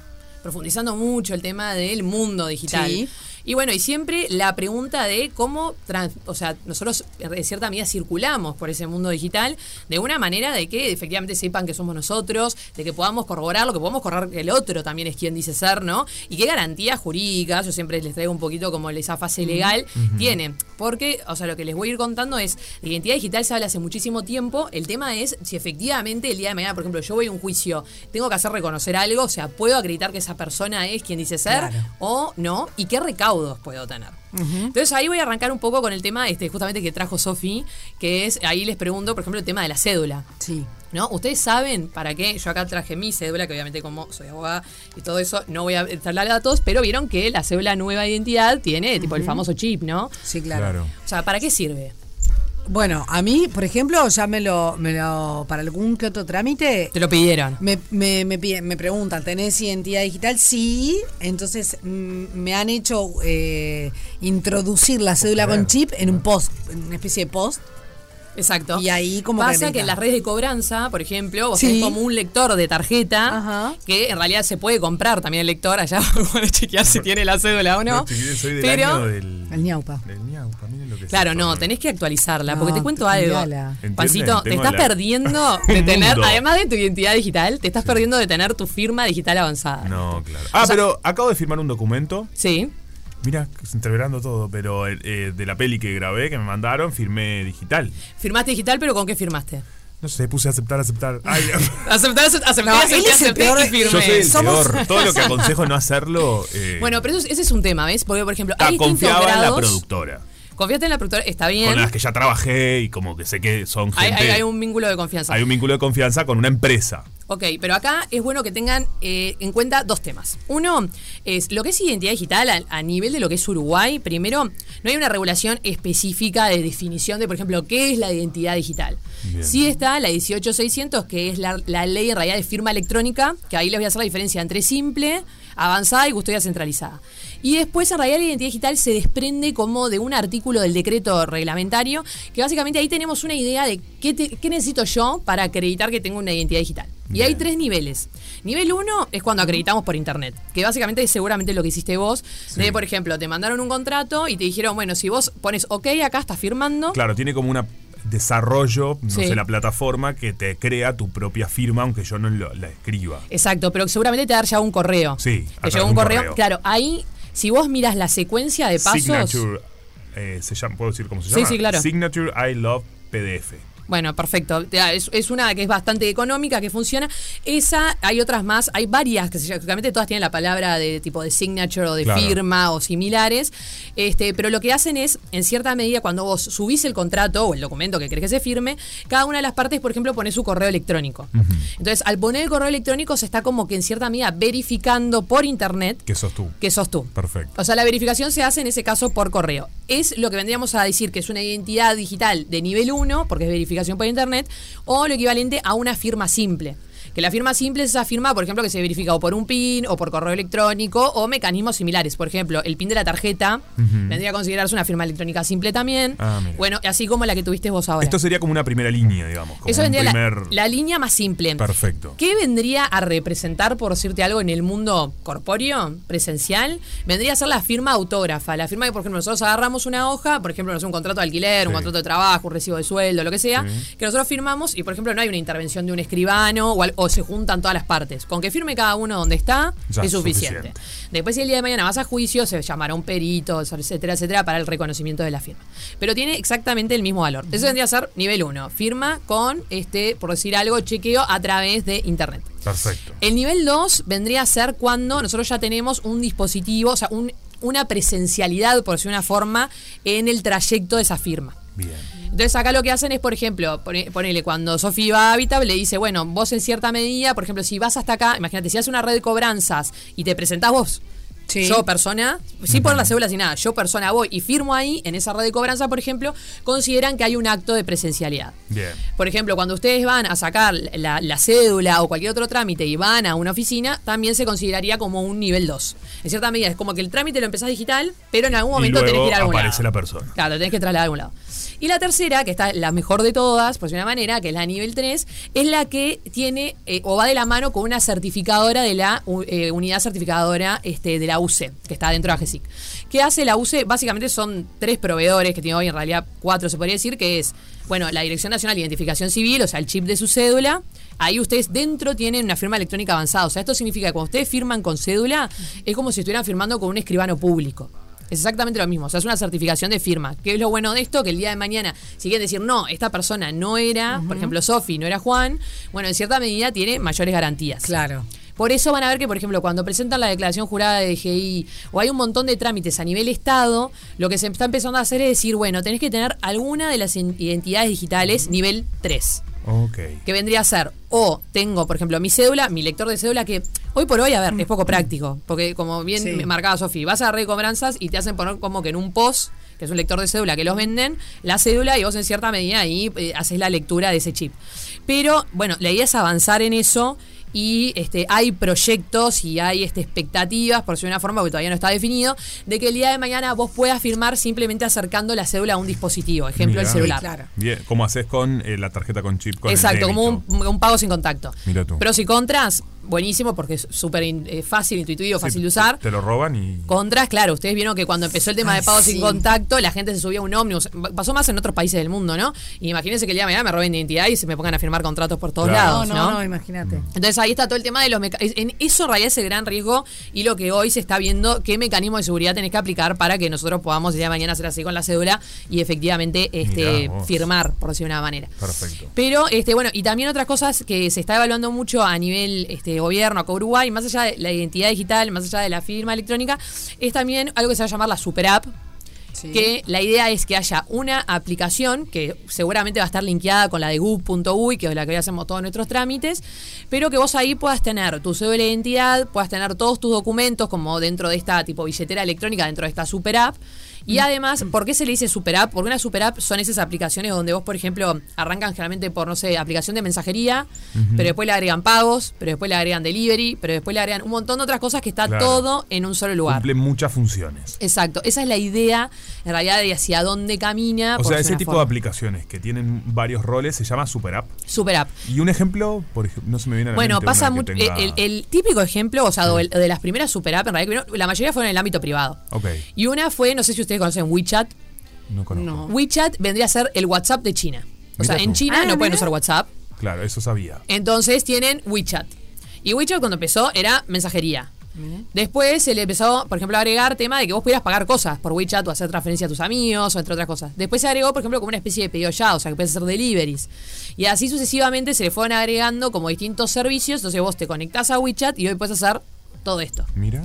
profundizando mucho el tema del mundo digital. Sí. Y bueno, y siempre la pregunta de cómo, trans- o sea, nosotros en cierta medida circulamos por ese mundo digital de una manera de que efectivamente sepan que somos nosotros, de que podamos corroborarlo, que podamos corroborar que el otro también es quien dice ser, ¿no? Y qué garantías jurídicas, yo siempre les traigo un poquito como esa fase legal, Ujú. tienen. Porque, o sea, lo que les voy a ir contando es, de identidad digital se habla hace muchísimo tiempo, el tema es si efectivamente el día de mañana, por ejemplo, yo voy a un juicio, tengo que hacer reconocer algo, o sea, puedo acreditar que esa persona es quien dice ser Claro. o no, y qué recaudos puedo tener. Entonces ahí voy a arrancar un poco con el tema este, justamente que trajo Sofi, que es, ahí les pregunto, por ejemplo, el tema de la cédula. Sí. ¿No? Ustedes saben para qué. Yo acá traje mi cédula, que obviamente como soy abogada y todo eso, no voy a entrar a datos, pero vieron que la cédula nueva de identidad tiene tipo el Ujú. famoso chip, ¿no? Sí, claro. Claro. O sea, ¿para qué sirve? Bueno, a mí, por ejemplo, ya me lo, me lo para algún que otro trámite. Te lo pidieron. Me, me, me piden- me preguntan, ¿tenés identidad digital? Sí. Entonces mm, me han hecho eh, introducir la cédula con chip en un post, en una especie de post. Exacto. Y ahí como Pasa que entra. en las redes de cobranza, por ejemplo, vos Sí. tenés como un lector de tarjeta que en realidad se puede comprar también el lector allá para chequear si tiene la cédula o no. Chiquilín, soy del Pero- año del. El ñaupa. del ñaupa, miren lo que es Claro, esto. no, tenés que actualizarla, No, porque te cuento algo. cambiala. ¿Entienden? Pancito, te Tengo estás la- perdiendo de Un tener, mundo. además de tu identidad digital, te estás perdiendo de tener tu firma digital avanzada. No, claro. Ah, pero acabo de firmar un documento. Sí. Mira, entreverando todo, pero eh, eh, de la peli que grabé, que me mandaron, firmé digital. Firmaste digital, pero ¿con qué firmaste? No sé, puse aceptar, aceptar. Ay, Aceptar, aceptar, No, él es el peor- yo soy el peor. Todo lo que aconsejo no hacerlo. eh, Bueno, pero eso es- ese es un tema, ¿ves? Porque, por ejemplo, ah, hay distintos confiaba en la grados. productora. Confiaste en la productora, está bien. Con las que ya trabajé y como que sé que son Hay, gente. hay- hay un vínculo de confianza. hay un vínculo de confianza con una empresa. Ok, pero acá es bueno que tengan eh, en cuenta dos temas. Uno es lo que es identidad digital a, a nivel de lo que es Uruguay. Primero, no hay una regulación específica de definición de, por ejemplo, qué es la identidad digital. Bien. Sí está la 18600, que es la, la ley en realidad de firma electrónica, que ahí les voy a hacer la diferencia entre simple, avanzada y custodia centralizada. Y después, en realidad, la identidad digital se desprende como de un artículo del decreto reglamentario, que básicamente ahí tenemos una idea de qué, te- qué necesito yo para acreditar que tengo una identidad digital. Y hay tres niveles. Nivel uno es cuando acreditamos por internet, que básicamente es seguramente lo que hiciste vos. De, por ejemplo, te mandaron un contrato y te dijeron, bueno, si vos pones OK acá, estás firmando. Claro, tiene como un desarrollo, no Sí. sé, la plataforma que te crea tu propia firma, aunque yo no lo- la escriba. Exacto, pero seguramente te va a dar ya un correo. Sí, Te a llegó través un de correo. Claro, ahí, si vos miras la secuencia de pasos. Signature. eh, se llama, ¿Puedo decir cómo se Sí, llama? sí, claro. Signature I Love PDF. Bueno, perfecto. Te da- Es, es una que es bastante económica, que funciona. Esa, hay otras más, hay varias que se llaman- obviamente todas tienen la palabra de tipo de signature o de Claro. firma o similares. Este, pero lo que hacen es, en cierta medida, cuando vos subís el contrato o el documento que querés que se firme, cada una de las partes, por ejemplo, pone su correo electrónico. Entonces, al poner el correo electrónico, se está como que en cierta medida verificando por internet Que sos tú. que sos tú. Perfecto. O sea, la verificación se hace en ese caso por correo. Es lo que vendríamos a decir que es una identidad digital de nivel 1, porque es verificación por internet, o lo equivalente a una firma simple. Que la firma simple es esa firma, por ejemplo, que se verifica o por un PIN, o por correo electrónico, o mecanismos similares. Por ejemplo, el PIN de la tarjeta Ujú. vendría a considerarse una firma electrónica simple también. Mm. Ah, mira. Bueno, así como la que tuviste vos ahora. Esto sería como una primera línea, digamos. Como Eso un vendría la- primer- la, línea más simple. Perfecto. ¿Qué vendría a representar, por decirte algo, en el mundo corpóreo, presencial? Vendría a ser la firma autógrafa. La firma que, por ejemplo, nosotros agarramos una hoja, por ejemplo, no sé, un contrato de alquiler, un Sí. contrato de trabajo, un recibo de sueldo, lo que sea, Sí. que nosotros firmamos y, por ejemplo, no hay una intervención de un escribano o, al- o se juntan todas las partes. Con que firme cada uno donde está, Ya, es suficiente. suficiente. Después, si el día de mañana vas a juicio, se llamará un perito, etcétera, etcétera, para el reconocimiento de la firma. Pero tiene exactamente el mismo valor. Eso vendría a ser nivel 1, firma con, este, por decir algo, chequeo a través de Internet. Perfecto. El nivel 2 vendría a ser cuando nosotros ya tenemos un dispositivo, o sea, un- una presencialidad, por decir una forma, en el trayecto de esa firma. Entonces acá lo que hacen es, por ejemplo, pone- ponele, cuando Sofi va a Habitab, le dice, bueno, vos en cierta medida, por ejemplo, si vas hasta acá, imagínate, si haces una red de cobranzas y te presentás vos, yo persona, sí por las cédulas y nada, yo persona voy y firmo ahí, en esa red de cobranza, por ejemplo, consideran que hay un acto de presencialidad. Bien. Por ejemplo, cuando ustedes van a sacar la, la cédula o cualquier otro trámite y van a una oficina, también se consideraría como un nivel 2. En cierta medida, es como que el trámite lo empezás digital, pero en algún Y momento tenés que luego ir a algún aparece lado. la persona. Claro, lo tenés que trasladar a algún lado. Y la tercera, que está la mejor de todas, por decirlo de una manera, que es la nivel 3, es la que tiene eh, o va de la mano con una certificadora de la u- eh, unidad certificadora este, de la UCE, que está dentro de AGESIC. ¿Qué hace la UCE? Básicamente son tres proveedores que tiene hoy, en realidad cuatro se podría decir, que es, bueno, la Dirección Nacional de Identificación Civil, o sea, el chip de su cédula. Ahí ustedes dentro tienen una firma electrónica avanzada. O sea, esto significa que cuando ustedes firman con cédula, es como si estuvieran firmando con un escribano público. Es exactamente lo mismo, o sea, es una certificación de firma. ¿Qué es lo bueno de esto? Que el día de mañana, si quieren decir, no, esta persona no era, por ejemplo, Sofi, no era Juan, bueno, en cierta medida tiene mayores garantías. Claro. Por eso van a ver que, por ejemplo, cuando presentan la declaración jurada de DGI o hay un montón de trámites a nivel Estado, lo que se está empezando a hacer es decir, bueno, tenés que tener alguna de las in- identidades digitales nivel 3 Ok. que vendría a ser o tengo, por ejemplo, mi cédula, mi lector de cédula que hoy por hoy, a ver, es poco práctico, porque como bien Sí. me marcaba Sofi, vas a red de cobranzas y te hacen poner como que en un post, que es un lector de cédula que los venden, la cédula y vos en cierta medida ahí eh, haces la lectura de ese chip. Pero bueno, la idea es avanzar en eso y este, hay proyectos y hay este, expectativas, por si una forma que todavía no está definido, de que el día de mañana vos puedas firmar simplemente acercando la cédula a un dispositivo, Mirá. ejemplo el celular. Bien, como haces con eh, la tarjeta con chip. Con Exacto, como un, un pago sin contacto. Mira tú. Pros y contras, buenísimo porque es súper in- eh, fácil, intuitivo, Sí, fácil de usar. Te lo roban y. Contras, claro, ustedes vieron que cuando empezó el tema de Ay, pago sí. sin contacto, la gente se subía a un ómnibus. Pasó más en otros países del mundo, ¿no? Y imagínense que el día de mañana me roben identidad y se me pongan a firmar contratos por todos lados, no, ¿no? no, Mm. no, imagínate. Entonces ahí está todo el tema de los meca- es- En eso en realidad es el gran riesgo y lo que hoy se está viendo, qué mecanismo de seguridad tenés que aplicar para que nosotros podamos el día de mañana hacer así con la cédula y efectivamente este, Mirá vos. firmar, por decirlo de una manera. Perfecto. Pero, este, bueno, y también otras cosas que se está evaluando mucho a nivel este, gobierno, acá Uruguay, más allá de la identidad digital, más allá de la firma electrónica, es también algo que se va a llamar la super app. Que la idea es que haya una aplicación que seguramente va a estar linkeada con la de gu.uy, que es la que hoy hacemos todos nuestros trámites, pero que vos ahí puedas tener tu cédula de identidad, puedas tener todos tus documentos como dentro de esta tipo billetera electrónica, dentro de esta super app, y además, ¿por qué se le dice super app? Porque una super app son esas aplicaciones donde vos, por ejemplo, arrancan generalmente por, no sé, aplicación de mensajería, Ujú. pero pues- después le agregan pagos, pero después le agregan delivery, pero después le agregan un montón de otras cosas que está Claro. todo en un solo lugar. Cumple muchas funciones. Exacto, esa es la idea en realidad de hacia dónde o camina. Ah, por sea, decir ese una tipo de forma. aplicaciones que tienen varios roles se llama Super App. Super app. Y un ejemplo, por ejemplo, no se me viene a la Bueno, mente una pasa que mucho. tenga- El, el típico ejemplo, o sea, do- de las primeras super app, en realidad, que vino- la mayoría fueron en el ámbito privado. Ok, Y una fue, no sé si ustedes conocen WeChat, no conozco. WeChat vendría a ser el WhatsApp de China. O Mirá sea, en tú. China Ah, no pueden mirá. usar WhatsApp. Claro, eso sabía. Entonces tienen WeChat. Y WeChat cuando empezó era mensajería. Después se le empezó, por ejemplo, a agregar tema de que vos pudieras pagar cosas por WeChat o hacer transferencia a tus amigos o entre otras cosas. Después se agregó, por ejemplo, como una especie de pedido ya, o sea, que puedes hacer deliveries. Y así sucesivamente se le fueron agregando como distintos servicios. Entonces vos te conectás a WeChat y hoy puedes hacer todo esto. Mira.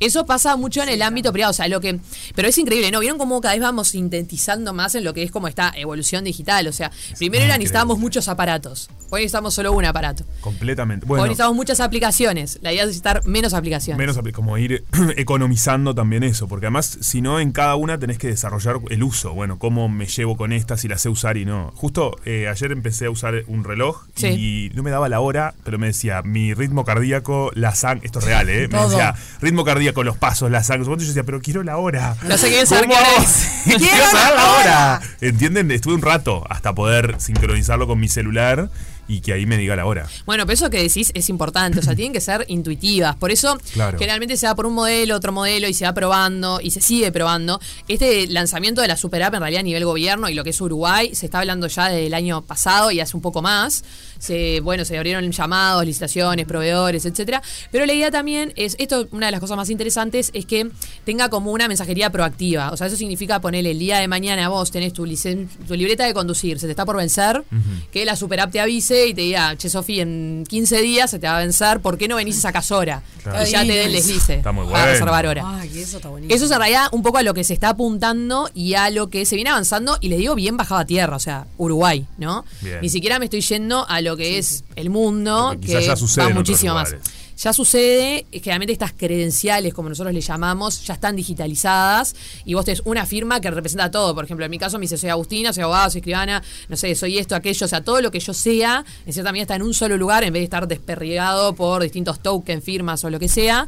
Eso pasa mucho en el ámbito privado, o sea, lo que. Pero es increíble, ¿no? ¿Vieron cómo cada vez vamos sintetizando más en lo que es como esta evolución digital? O sea, primero era increíble. necesitábamos muchos aparatos. Hoy necesitamos solo un aparato. Completamente. Bueno, Hoy necesitamos muchas aplicaciones. La idea es necesitar menos aplicaciones. menos apli- como ir economizando también eso, porque además, si no, en cada una tenés que desarrollar el uso. Bueno, cómo me llevo con esta, si la sé usar y no. Justo eh, ayer empecé a usar un reloj Sí. y no me daba la hora, pero me decía mi ritmo cardíaco, la sangre. Esto es real, ¿eh? Me Todo. decía ritmo cardíaco, los pasos, la sangre. Yo decía, pero quiero la hora. No sé qué es saber ¿Cómo qué hora hago? es. Quiero Quiero saber la la hora. hora. ¿Entienden? Estuve un rato hasta poder sincronizarlo con mi celular y que ahí me diga la hora. Bueno, pero eso que decís es importante, o sea, tienen que ser intuitivas. Por eso, Claro. generalmente se va por un modelo, otro modelo, y se va probando, y se sigue probando. Este lanzamiento de la Super App, en realidad, a nivel gobierno y lo que es Uruguay, se está hablando ya del año pasado y hace un poco más. Se, bueno, se abrieron llamados, licitaciones, proveedores, etcétera. Pero la idea también es, esto, una de las cosas más interesantes, es que tenga como una mensajería proactiva. O sea, eso significa ponerle el día de mañana vos tenés tu, licen- tu libreta de conducir, se te está por vencer que la super app te avise y te diga, che, Sofi, en 15 días se te va a vencer, ¿por qué no venís a sacas hora? Claro. Y ya te dé el deslice Está muy para bueno. reservar hora. Ay, eso está buenísimo. Eso es en realidad un poco a lo que se está apuntando y a lo que se viene avanzando, y les digo bien bajada a tierra, o sea, Uruguay, ¿no? Bien. Ni siquiera me estoy yendo a lo que es el mundo, que que quizás ya sucede va en otros muchísimo más. lugares. Ya sucede, eh, generalmente estas credenciales, como nosotros le llamamos, ya están digitalizadas y vos tenés una firma que representa todo. Por ejemplo, en mi caso me dice, soy Agustina, soy abogada, soy escribana, no sé, soy esto, aquello, o sea, todo lo que yo sea, en cierta medida está en un solo lugar en vez de estar desperdigado por distintos tokens, firmas o lo que sea.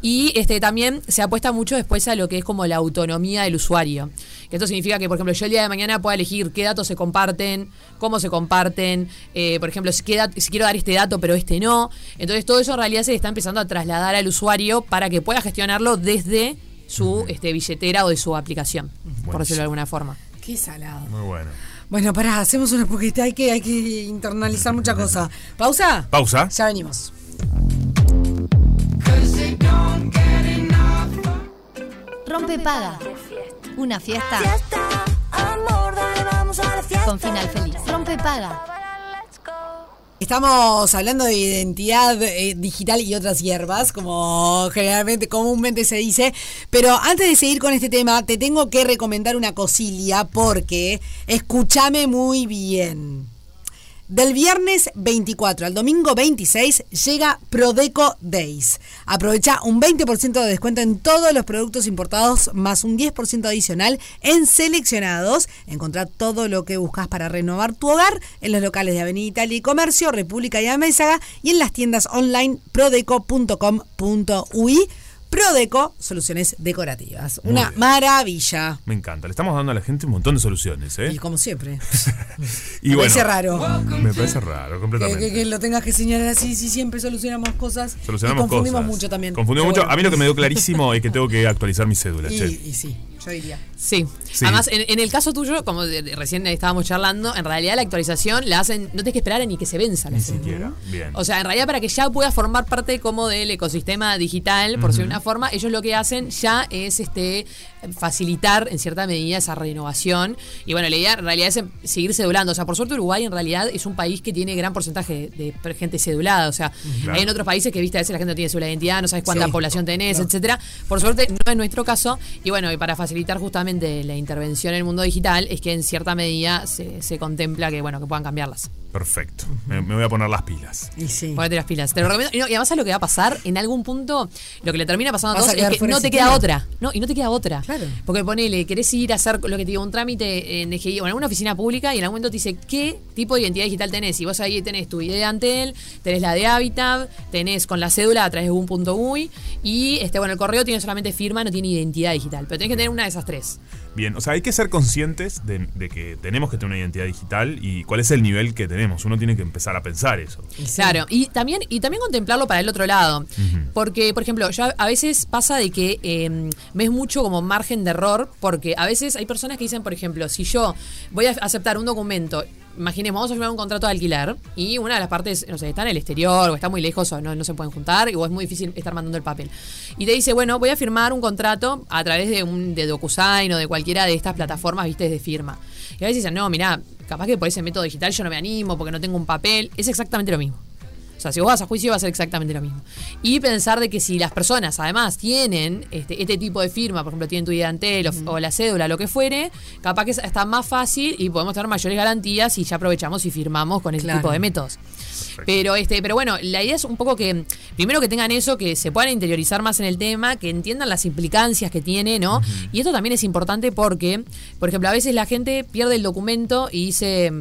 Y este, también se apuesta mucho después a lo que es como la autonomía del usuario. Que esto significa que, por ejemplo, yo el día de mañana pueda elegir qué datos se comparten, cómo se comparten, eh, por ejemplo, si, qué dat- si quiero dar este dato pero este no. Entonces todo eso en realidad se está empezando a trasladar al usuario para que pueda gestionarlo desde su este, billetera o de su aplicación, por decirlo de alguna forma. Qué salado. Muy bueno. Bueno, pará, hacemos una poquita, hay que, hay que internalizar mucha cosa. ¿Pausa? Pausa. Ya venimos. Rompe paga. Una fiesta. Con final feliz. Rompe paga. Estamos hablando de identidad eh, digital y otras hierbas, como generalmente, comúnmente se dice. Pero antes de seguir con este tema, te tengo que recomendar una cosilia porque escúchame muy bien. Del viernes 24 al domingo 26 llega Prodeco Days. Aprovecha un 20% de descuento en todos los productos importados más un 10% adicional en seleccionados. Encontrá todo lo que buscas para renovar tu hogar en los locales de Avenida Italia y Comercio, República y Amézaga y en las tiendas online prodeco.com.ui. Prodeco, soluciones decorativas. Muy Una bien. maravilla. Me encanta. Le estamos dando a la gente un montón de soluciones, ¿eh? Y como siempre. Y me bueno, parece raro. Me parece raro, Que, completamente. que- que lo tengas que señalar así, si siempre solucionamos cosas. Solucionamos y confundimos cosas. mucho también. Confundimos Pero mucho. bueno. A mí lo que me dio clarísimo es que tengo que actualizar mi cédula, Y, che. y sí, yo diría. Sí. Sí. Además, en, en el caso tuyo, como de- de- recién estábamos charlando, en realidad la actualización la hacen, no tienes que esperar a ni que se venza la cédula. Siquiera. Bien. O sea, en realidad para que ya puedas formar parte como del ecosistema digital, por si Ujú. una forma, ellos lo que hacen ya es este facilitar en cierta medida esa renovación. Y bueno, la idea en realidad es em- seguir cedulando. O sea, por suerte Uruguay en realidad es un país que tiene gran porcentaje de per- gente cedulada. O sea, Claro. hay en otros países que viste a veces la gente no tiene cédula de identidad, no sabes cuánta Sí. población tenés, etcétera. Por suerte, no es nuestro caso. Y bueno, y para facilitar justamente la intervención en el mundo digital, es que en cierta medida se, se contempla que bueno, que puedan cambiarlas. Perfecto. Me, me voy a poner las pilas. Ponete las pilas. Te lo recomiendo. Y, no, y además, es lo que va a pasar en algún punto, lo que le termina pasando a Vas a todos quedar es que fuera no del te sistema. queda otra. No, y no te queda otra. Porque ponele, querés ir a hacer lo que te digo, un trámite en DGI o en alguna oficina pública y en algún momento te dice qué tipo de identidad digital tenés. Y vos ahí tenés tu ID de Antel, tenés la de Habitat, tenés con la cédula a través de un punto UI y este, bueno, el correo tiene solamente firma, no tiene identidad digital. Pero tenés que tener una de esas tres. Bien, o sea, hay que ser conscientes de, de que tenemos que tener una identidad digital y cuál es el nivel que tenemos. Uno tiene que empezar a pensar eso. Claro, y también, y también contemplarlo para el otro lado. Porque, por ejemplo, yo a- a veces pasa de que eh, ves mucho como margen de error, porque a veces hay personas que dicen, por ejemplo, si yo voy a aceptar un documento, imaginemos, vamos a firmar un contrato de alquiler, y una de las partes, no sé, está en el exterior, o está muy lejos, o no, no se pueden juntar, o es muy difícil estar mandando el papel. Y te dice, bueno, voy a firmar un contrato a través de un de DocuSign o de cualquiera de estas plataformas, viste, de firma. Y a veces dicen, no, mirá, capaz que por ese método digital yo no me animo porque no tengo un papel. Es exactamente lo mismo. O sea, si vos vas a juicio va a ser exactamente lo mismo. Y pensar de que si las personas además tienen este, este tipo de firma, por ejemplo, tienen tu ID de Antel o, o la cédula, lo que fuere, capaz que es- está más fácil y podemos tener mayores garantías y ya aprovechamos y firmamos con ese Claro. tipo de métodos. Pero este, pero bueno, la idea es un poco que primero que tengan eso, que se puedan interiorizar más en el tema, que entiendan las implicancias que tiene, ¿no? Y esto también es importante porque, por ejemplo, a veces la gente pierde el documento y dice,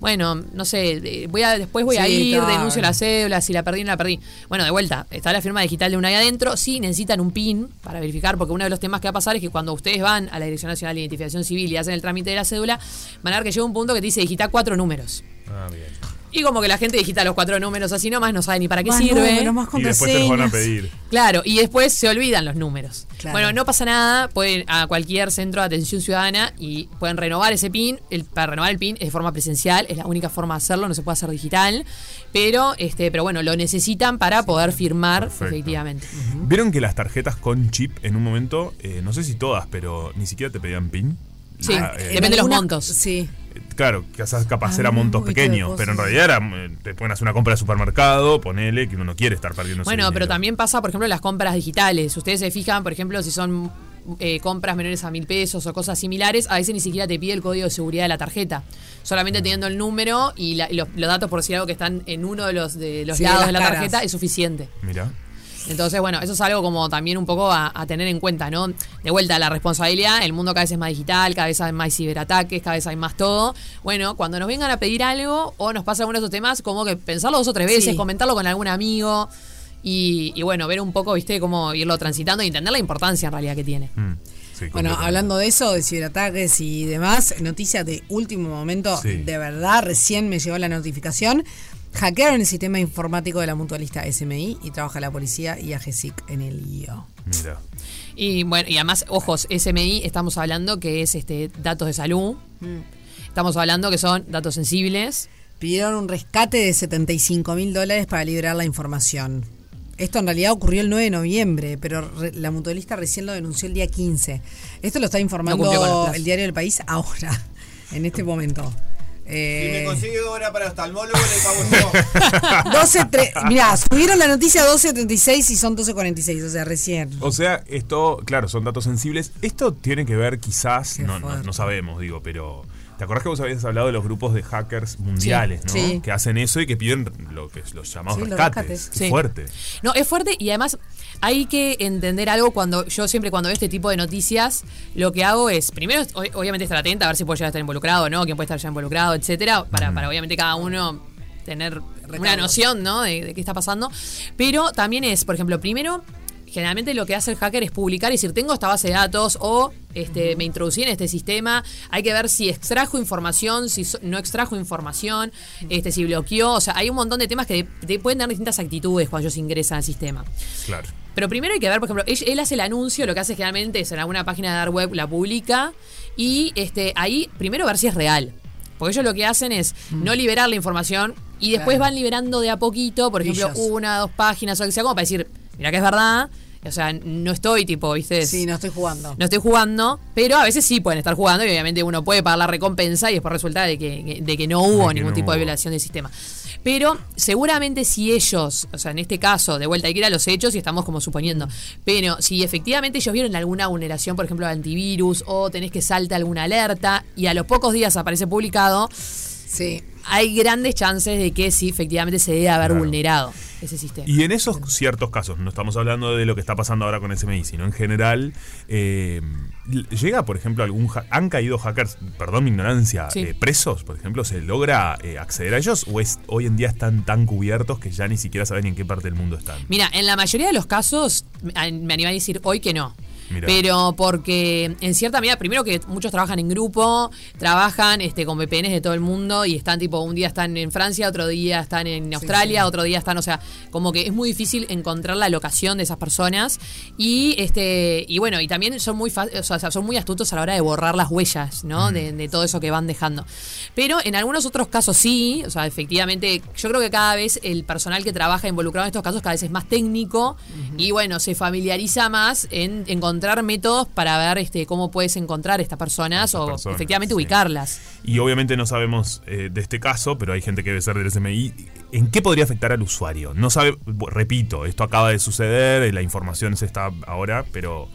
bueno, no sé, de- voy a después voy a Sí, ir, claro. denuncio la cédula, si la perdí, no la perdí. Bueno, de vuelta, está la firma digital de una ahí adentro, sí necesitan un PIN para verificar, porque uno de los temas que va a pasar es que cuando ustedes van a la Dirección Nacional de Identificación Civil y hacen el trámite de la cédula, van a ver que llega un punto que te dice digitar cuatro números. Ah, bien. Y como que la gente digita los cuatro números así nomás, no sabe ni para qué Más sirve. números, más Y después te los van a contraseñas. pedir. Claro, y después se olvidan los números. Bueno, no pasa nada, pueden a cualquier centro de atención ciudadana y pueden renovar ese PIN. El, para renovar el PIN es de forma presencial, es la única forma de hacerlo, no se puede hacer digital. Pero, este, pero bueno, lo necesitan para poder firmar Perfecto. efectivamente. ¿Vieron que las tarjetas con chip en un momento, eh, no sé si todas, pero ni siquiera te pedían PIN? Sí, La- eh, depende de los montos. Sí. Claro, quizás capaz Ah, era montos un poquito de pequeños, cosas. pero en realidad era, eh, te pueden hacer una compra de supermercado, ponele, que uno no quiere estar perdiendo ese Bueno, pero dinero. también pasa, por ejemplo, las compras digitales. Ustedes se fijan, por ejemplo, si son eh, compras menores a mil pesos o cosas similares, a veces ni siquiera te pide el código de seguridad de la tarjeta. Ah. Solamente teniendo el número y, la- y los, los datos, por si algo que están en uno de los, de los Sí, de lados las de la caras. tarjeta, es suficiente. Mira. Entonces, bueno, eso es algo como también un poco a, a tener en cuenta, ¿no? De vuelta, la responsabilidad, el mundo cada vez es más digital, cada vez hay más ciberataques, cada vez hay más todo. Bueno, cuando nos vengan a pedir algo o nos pasa alguno de esos temas, como que pensarlo dos o tres veces, Sí. comentarlo con algún amigo y, y bueno, ver un poco, viste, cómo irlo transitando y entender la importancia en realidad que tiene. Bueno, hablando de eso, de ciberataques y demás, noticias de último momento, Sí. de verdad, recién me llegó la notificación. Hackearon el sistema informático de la mutualista SMI y trabaja la policía y AGESIC en el lío. Mira. Y bueno, y además, ojos, SMI estamos hablando que es este datos de salud. Estamos hablando que son datos sensibles. Pidieron un rescate de 75 mil dólares para liberar la información. Esto en realidad ocurrió el 9 de noviembre, pero re- la mutualista recién lo denunció el día 15. Esto lo está informando cumplió con los plazos. el diario del país ahora, en este momento. Si me Eh, consigue hora para oftalmólogo, le pago yo. 12, tre- mirá, subieron la noticia a 12.36 y son 12.46, o sea, recién. O sea, esto, claro, son datos sensibles. Esto tiene que ver quizás, no, no, fuerte. no sabemos, digo, pero... ¿Te acordás que vos habías hablado de los grupos de hackers mundiales, Sí, no? sí. Que hacen eso y que piden lo que es los llamados Sí, los rescates. rescates. Qué Sí. fuerte. No, es fuerte y además hay que entender algo cuando yo siempre cuando veo este tipo de noticias, lo que hago es, primero o- obviamente estar atenta, a ver si puedo llegar a estar involucrado, ¿no? Quién puede estar ya involucrado, etcétera, para, para obviamente cada uno tener una noción, ¿no? De, de qué está pasando. Pero también es, por ejemplo, primero, generalmente lo que hace el hacker es publicar y decir, tengo esta base de datos o este, me introducí en este sistema. Hay que ver si extrajo información, si so- no extrajo información, este, si bloqueó. O sea, hay un montón de temas que de- de- pueden tener distintas actitudes cuando ellos ingresan al sistema. Claro. Pero primero hay que ver, por ejemplo, él, él hace el anuncio, lo que hace generalmente es en alguna página de dark web la publica y este, ahí primero ver si es real. Porque ellos lo que hacen es no liberar la información y después Claro. van liberando de a poquito, por ejemplo, Brillos. una, dos páginas o lo que sea, como para decir, mira que es verdad, o sea, no estoy tipo, ¿viste? Sí, no estoy jugando. No estoy jugando, pero a veces sí pueden estar jugando y obviamente uno puede pagar la recompensa y después resulta de que, de que no hubo que ningún no tipo de hubo. violación del sistema. Pero seguramente si ellos, o sea, en este caso, de vuelta hay que ir a los hechos y estamos como suponiendo, pero si efectivamente ellos vieron alguna vulneración, por ejemplo, de antivirus o tenés que salta alguna alerta y a los pocos días aparece publicado, hay grandes chances de que sí, efectivamente se debe haber Claro. vulnerado ese sistema. Y en esos ciertos casos, no estamos hablando de lo que está pasando ahora con SMI, sino en general, eh, llega, por ejemplo, algún ha- han caído hackers, perdón mi ignorancia, Sí. eh, presos, por ejemplo, ¿se logra eh, acceder a ellos o es, hoy en día están tan cubiertos que ya ni siquiera saben en qué parte del mundo están? Mira, en la mayoría de los casos, a- me animaría a decir hoy que no. Mirá. Pero porque en cierta medida, primero que muchos trabajan en grupo, trabajan este, con VPNs de todo el mundo y están tipo, un día están en Francia, otro día están en Australia, otro día están, o sea, como que es muy difícil encontrar la locación de esas personas. Y este, y bueno, y también son muy fa- o sea, son muy astutos a la hora de borrar las huellas, ¿no? De, de todo eso que van dejando. Pero en algunos otros casos sí, o sea, efectivamente, yo creo que cada vez el personal que trabaja involucrado en estos casos cada vez es más técnico y bueno, se familiariza más en encontrar métodos para ver este cómo puedes encontrar estas personas o personas, efectivamente ubicarlas. Y obviamente no sabemos eh, de este caso, pero hay gente que debe ser del SMI. ¿En qué podría afectar al usuario? No sabe, bu- repito, esto acaba de suceder, eh, la información se está ahora, pero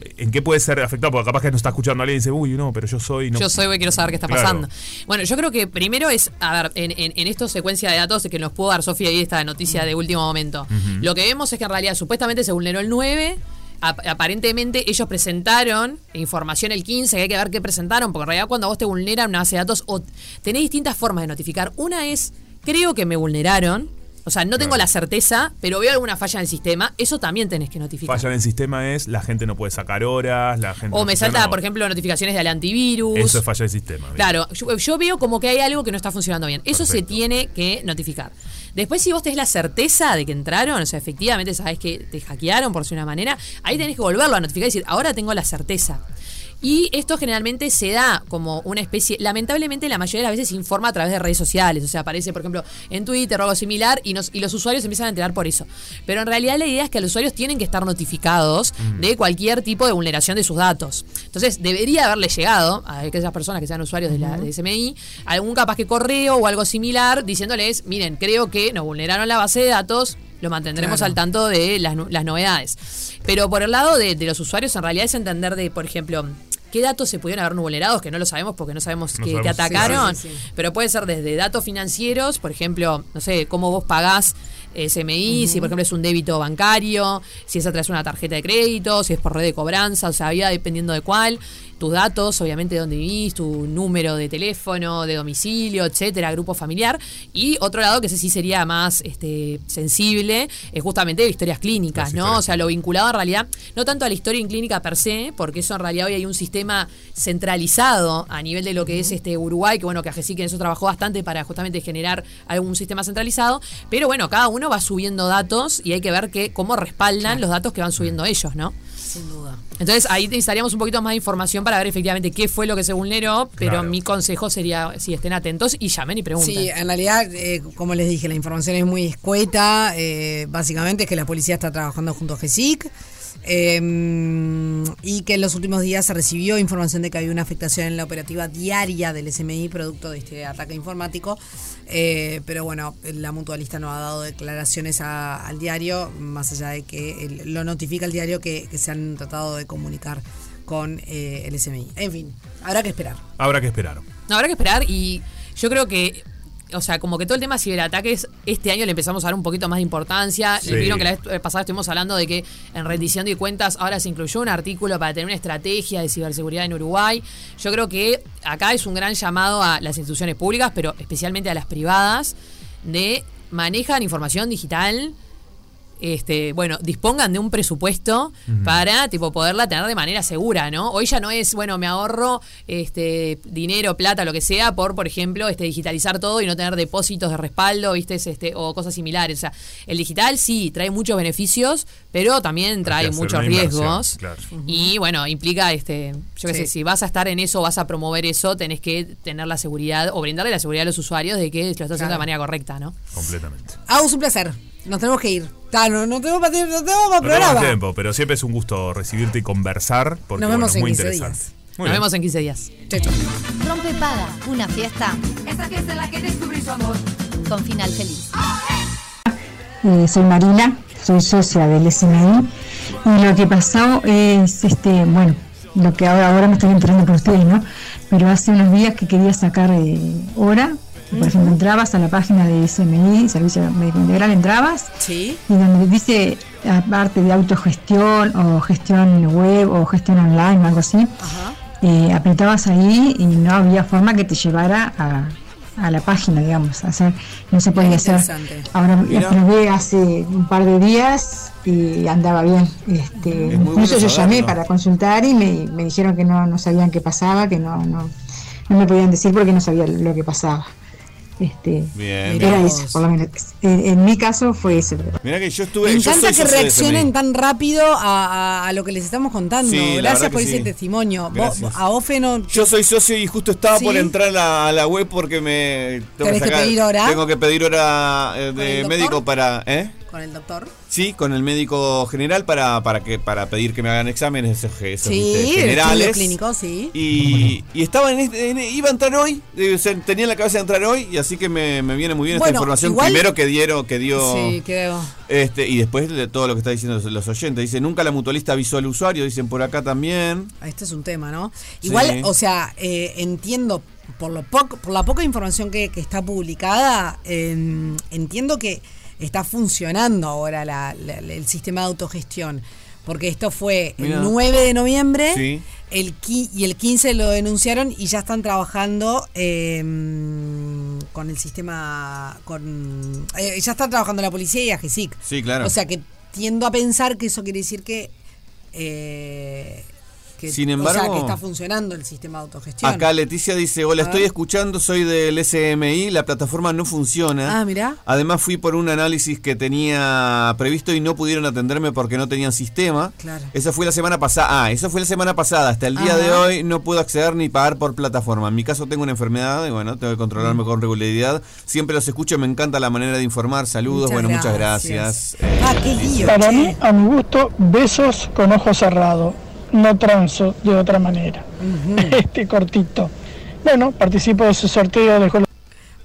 eh, ¿en qué puede ser afectado? Porque capaz que no está escuchando a alguien y dice, uy, no, pero yo soy... No. Yo soy, güey, quiero saber qué está Claro. pasando. Bueno, yo creo que primero es, a ver, en, en, en esta secuencia de datos que nos pudo dar Sofía ahí esta noticia de último momento, Ujú. lo que vemos es que en realidad supuestamente se vulneró el 9. ap- Aparentemente ellos presentaron información el 15, que hay que ver qué presentaron, porque en realidad cuando a vos te vulneran una base de datos, o tenés distintas formas de notificar. Una es, creo que me vulneraron, o sea, no tengo la certeza, pero veo alguna falla en el sistema, eso también tenés que notificar. Falla en el sistema es, la gente no puede sacar horas, la gente... O no me funciona, salta, no. por ejemplo, notificaciones del antivirus. Eso es falla del sistema. bien. Claro, yo, yo veo como que hay algo que no está funcionando bien. Eso se tiene que notificar. Después, si vos tenés la certeza de que entraron, o sea, efectivamente sabés que te hackearon por si una manera, ahí tenés que volverlo a notificar y decir, ahora tengo la certeza. Y esto generalmente se da como una especie, lamentablemente la mayoría de las veces se informa a través de redes sociales, o sea, aparece por ejemplo en Twitter o algo similar y, nos, y los usuarios se empiezan a enterar por eso. Pero en realidad la idea es que los usuarios tienen que estar notificados Mm. de cualquier tipo de vulneración de sus datos. Entonces debería haberle llegado a aquellas personas que sean usuarios de la de SMI algún capaz que correo o algo similar diciéndoles, miren, creo que nos vulneraron la base de datos, lo mantendremos Claro. al tanto de las, nu- las novedades. Pero por el lado de, de los usuarios, en realidad es entender de, por ejemplo, qué datos se pudieron haber vulnerados, que no lo sabemos porque no sabemos No que te sabemos. Sí, atacaron, sí, sí. pero puede ser desde datos financieros, por ejemplo, no sé, cómo vos pagás SMI, si por ejemplo es un débito bancario, si es a través de una tarjeta de crédito, si es por red de cobranza, o sea, había dependiendo de cuál, tus datos, obviamente de dónde vivís, tu número de teléfono, de domicilio, etcétera, grupo familiar. Y otro lado que ese sí sería más este, sensible, es justamente historias clínicas, ¿no? O sea, lo vinculado en realidad, no tanto a la historia en clínica per se, porque eso en realidad hoy hay un sistema centralizado a nivel de lo que es este Uruguay, que bueno, que Ajesí que en eso trabajó bastante para justamente generar algún sistema centralizado, pero bueno, cada uno va subiendo datos y hay que ver que, cómo respaldan los datos que van subiendo ellos, ¿no? Sin duda. Entonces ahí necesitaríamos un poquito más de información para ver efectivamente qué fue lo que se vulneró, pero Claro. mi consejo sería si estén atentos y llamen y pregunten. Sí, en realidad, eh, como les dije, la información es muy escueta. eh, básicamente es que la policía está trabajando junto a GESIC. eh, y que en los últimos días se recibió información de que había una afectación en la operativa diaria del SMI producto de este ataque informático. eh, pero bueno, la mutualista no ha dado declaraciones a- al diario, más allá de que el- lo notifica el diario que, que se han tratado de comunicar con eh, el SMI. En fin, habrá que esperar. Habrá que esperar. No, habrá que esperar y yo creo que, o sea, como que todo el tema de ciberataques, este año le empezamos a dar un poquito más de importancia. Eh, Sí. Vieron que la vez pasada estuvimos hablando de que en rendición de cuentas ahora se incluyó un artículo para tener una estrategia de ciberseguridad en Uruguay. Yo creo que acá es un gran llamado a las instituciones públicas, pero especialmente a las privadas, de manejan información digital. Este, bueno, dispongan de un presupuesto Ujú. para tipo poderla tener de manera segura, ¿no? Hoy ya no es, bueno, me ahorro este dinero, plata, lo que sea, por, por ejemplo, este, digitalizar todo y no tener depósitos de respaldo, viste, Es, este, o cosas similares. O sea, el digital sí trae muchos beneficios, pero también trae hacer muchos una inversión, riesgos. claro. Y bueno, implica, este, yo qué Sí. sé, si vas a estar en eso, vas a promover eso, tenés que tener la seguridad o brindarle la seguridad a los usuarios de que lo estás haciendo de Claro. manera correcta, ¿no? Completamente. Agus, un placer. Nos tenemos que ir. Ta, no, no tenemos para no tenemos pa' No tenemos programa. tiempo, pero siempre es un gusto recibirte y conversar porque Nos bueno, vemos es en muy 15 interesante. días. Muy Nos bien. vemos en 15 días. Rompe Paga, una fiesta. Esa fiesta en la que descubrí su amor. Con final feliz. Eh, soy Marina, soy socia del SMI y lo que pasó es, este, bueno, lo que ahora, ahora me estoy enterando con ustedes, ¿no? Pero hace unos días que quería sacar eh, hora, por ejemplo, entrabas a Pues la página de SMI, Servicio Médico Integral, entrabas Sí. y donde dice, aparte de autogestión o gestión web o gestión online o algo así, eh, apretabas ahí y no había forma que te llevara a, a la página, digamos. O sea, no se podía hacer. interesante. Ahora Mira. la probé hace un par de días y andaba bien. Este, incluso bueno yo llamé saberlo. para consultar y me, me dijeron que no, no sabían qué pasaba, que no, no, no me podían decir porque no sabía lo que pasaba. Este, Bien, era bien. eso, por lo menos. En, en mi caso fue eso. Mirá que yo estuve. Me yo encanta soy que socio de reaccionen SMI. Tan rápido a, a- a lo que les estamos contando. Sí, la Gracias verdad por que ese sí. testimonio. Vos, Gracias. a Ofe no. Yo soy socio y justo estaba Sí. por entrar a la, a la web porque me. ¿Tenés que pedir hora? Tengo que pedir hora eh, de doctor? médico para. ¿Eh? Con el doctor. Sí, con el médico general para, para que para pedir que me hagan exámenes esos, esos, viste, Sí, el estudio generales. clínico, sí. Y, y estaba en, este- en- iba a entrar hoy, eh, o sea, tenía en la cabeza de entrar hoy, y así que me, me viene muy bien Bueno, esta información igual- primero que dieron, que dio Sí, creo. este, y después de todo lo que está diciendo los, los oyentes. Dice, nunca la mutualista avisó al usuario, dicen por acá también. Este es un tema, ¿no? Igual, Sí. o sea, eh, entiendo por lo poco, por la poca información que, que está publicada, eh, entiendo que está funcionando ahora la- la- la- el sistema de autogestión. Porque esto fue Mirá. el 9 de noviembre Sí. el qui- y el 15 lo denunciaron y ya están trabajando eh, con el sistema. con eh, Ya están trabajando la policía y AGESIC. Sí, claro. O sea que tiendo a pensar que eso quiere decir que. eh, que- Sin o sea, embargo- que está funcionando el sistema de autogestión. Acá Leticia dice, hola, A estoy ver. escuchando, soy del SMI, la plataforma no funciona. Ah, mirá. Además fui por un análisis que tenía previsto y no pudieron atenderme porque no tenían sistema. Claro. Esa fue la semana pasada. Ah, eso fue la semana pasada. Hasta el día Ajá. de hoy no puedo acceder ni pagar por plataforma. En mi caso tengo una enfermedad y bueno, tengo que Mm. controlarme con regularidad. Siempre los escucho, me encanta la manera de informar. Saludos, Muchas bueno, muchas gracias. gracias. Eh, Para mí, a mi gusto, besos con ojos cerrados. No transo de otra manera. Este cortito. Bueno, participo de su sorteo del Holo-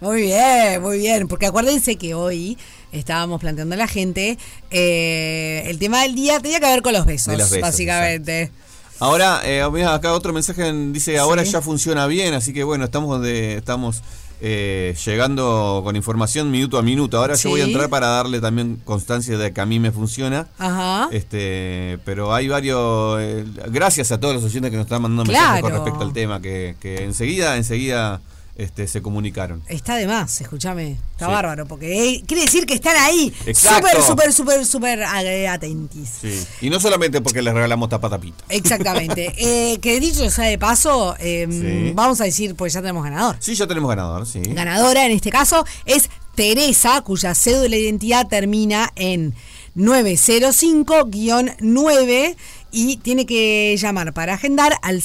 Muy bien, muy bien. Porque acuérdense que hoy estábamos planteando a la gente eh, el tema del día tenía que ver con los besos, De los besos, básicamente. Ahora, eh, mira, acá otro mensaje en- dice, ahora Sí. ya funciona bien, así que bueno, estamos donde estamos eh, llegando con información minuto a minuto. Ahora yo voy a Sí. entrar para darle también constancia de que a mí me funciona. Ajá. Este, pero hay varios. eh, gracias a todos los oyentes que nos están mandando mensajes con Claro. respecto al tema, que, que enseguida, enseguida este, se comunicaron. Está de más, escúchame. Está Sí. bárbaro, porque eh, quiere decir que están ahí. Exacto. Súper, súper, súper, súper eh, atentis. Sí. Y no solamente porque les regalamos tapatapita. Exactamente. Eh, que dicho sea de paso, eh, Sí. vamos a decir, pues ya tenemos ganador. Sí, ya tenemos ganador, sí. Ganadora en este caso es Teresa, cuya cédula de identidad termina en 905-9 y tiene que llamar para agendar al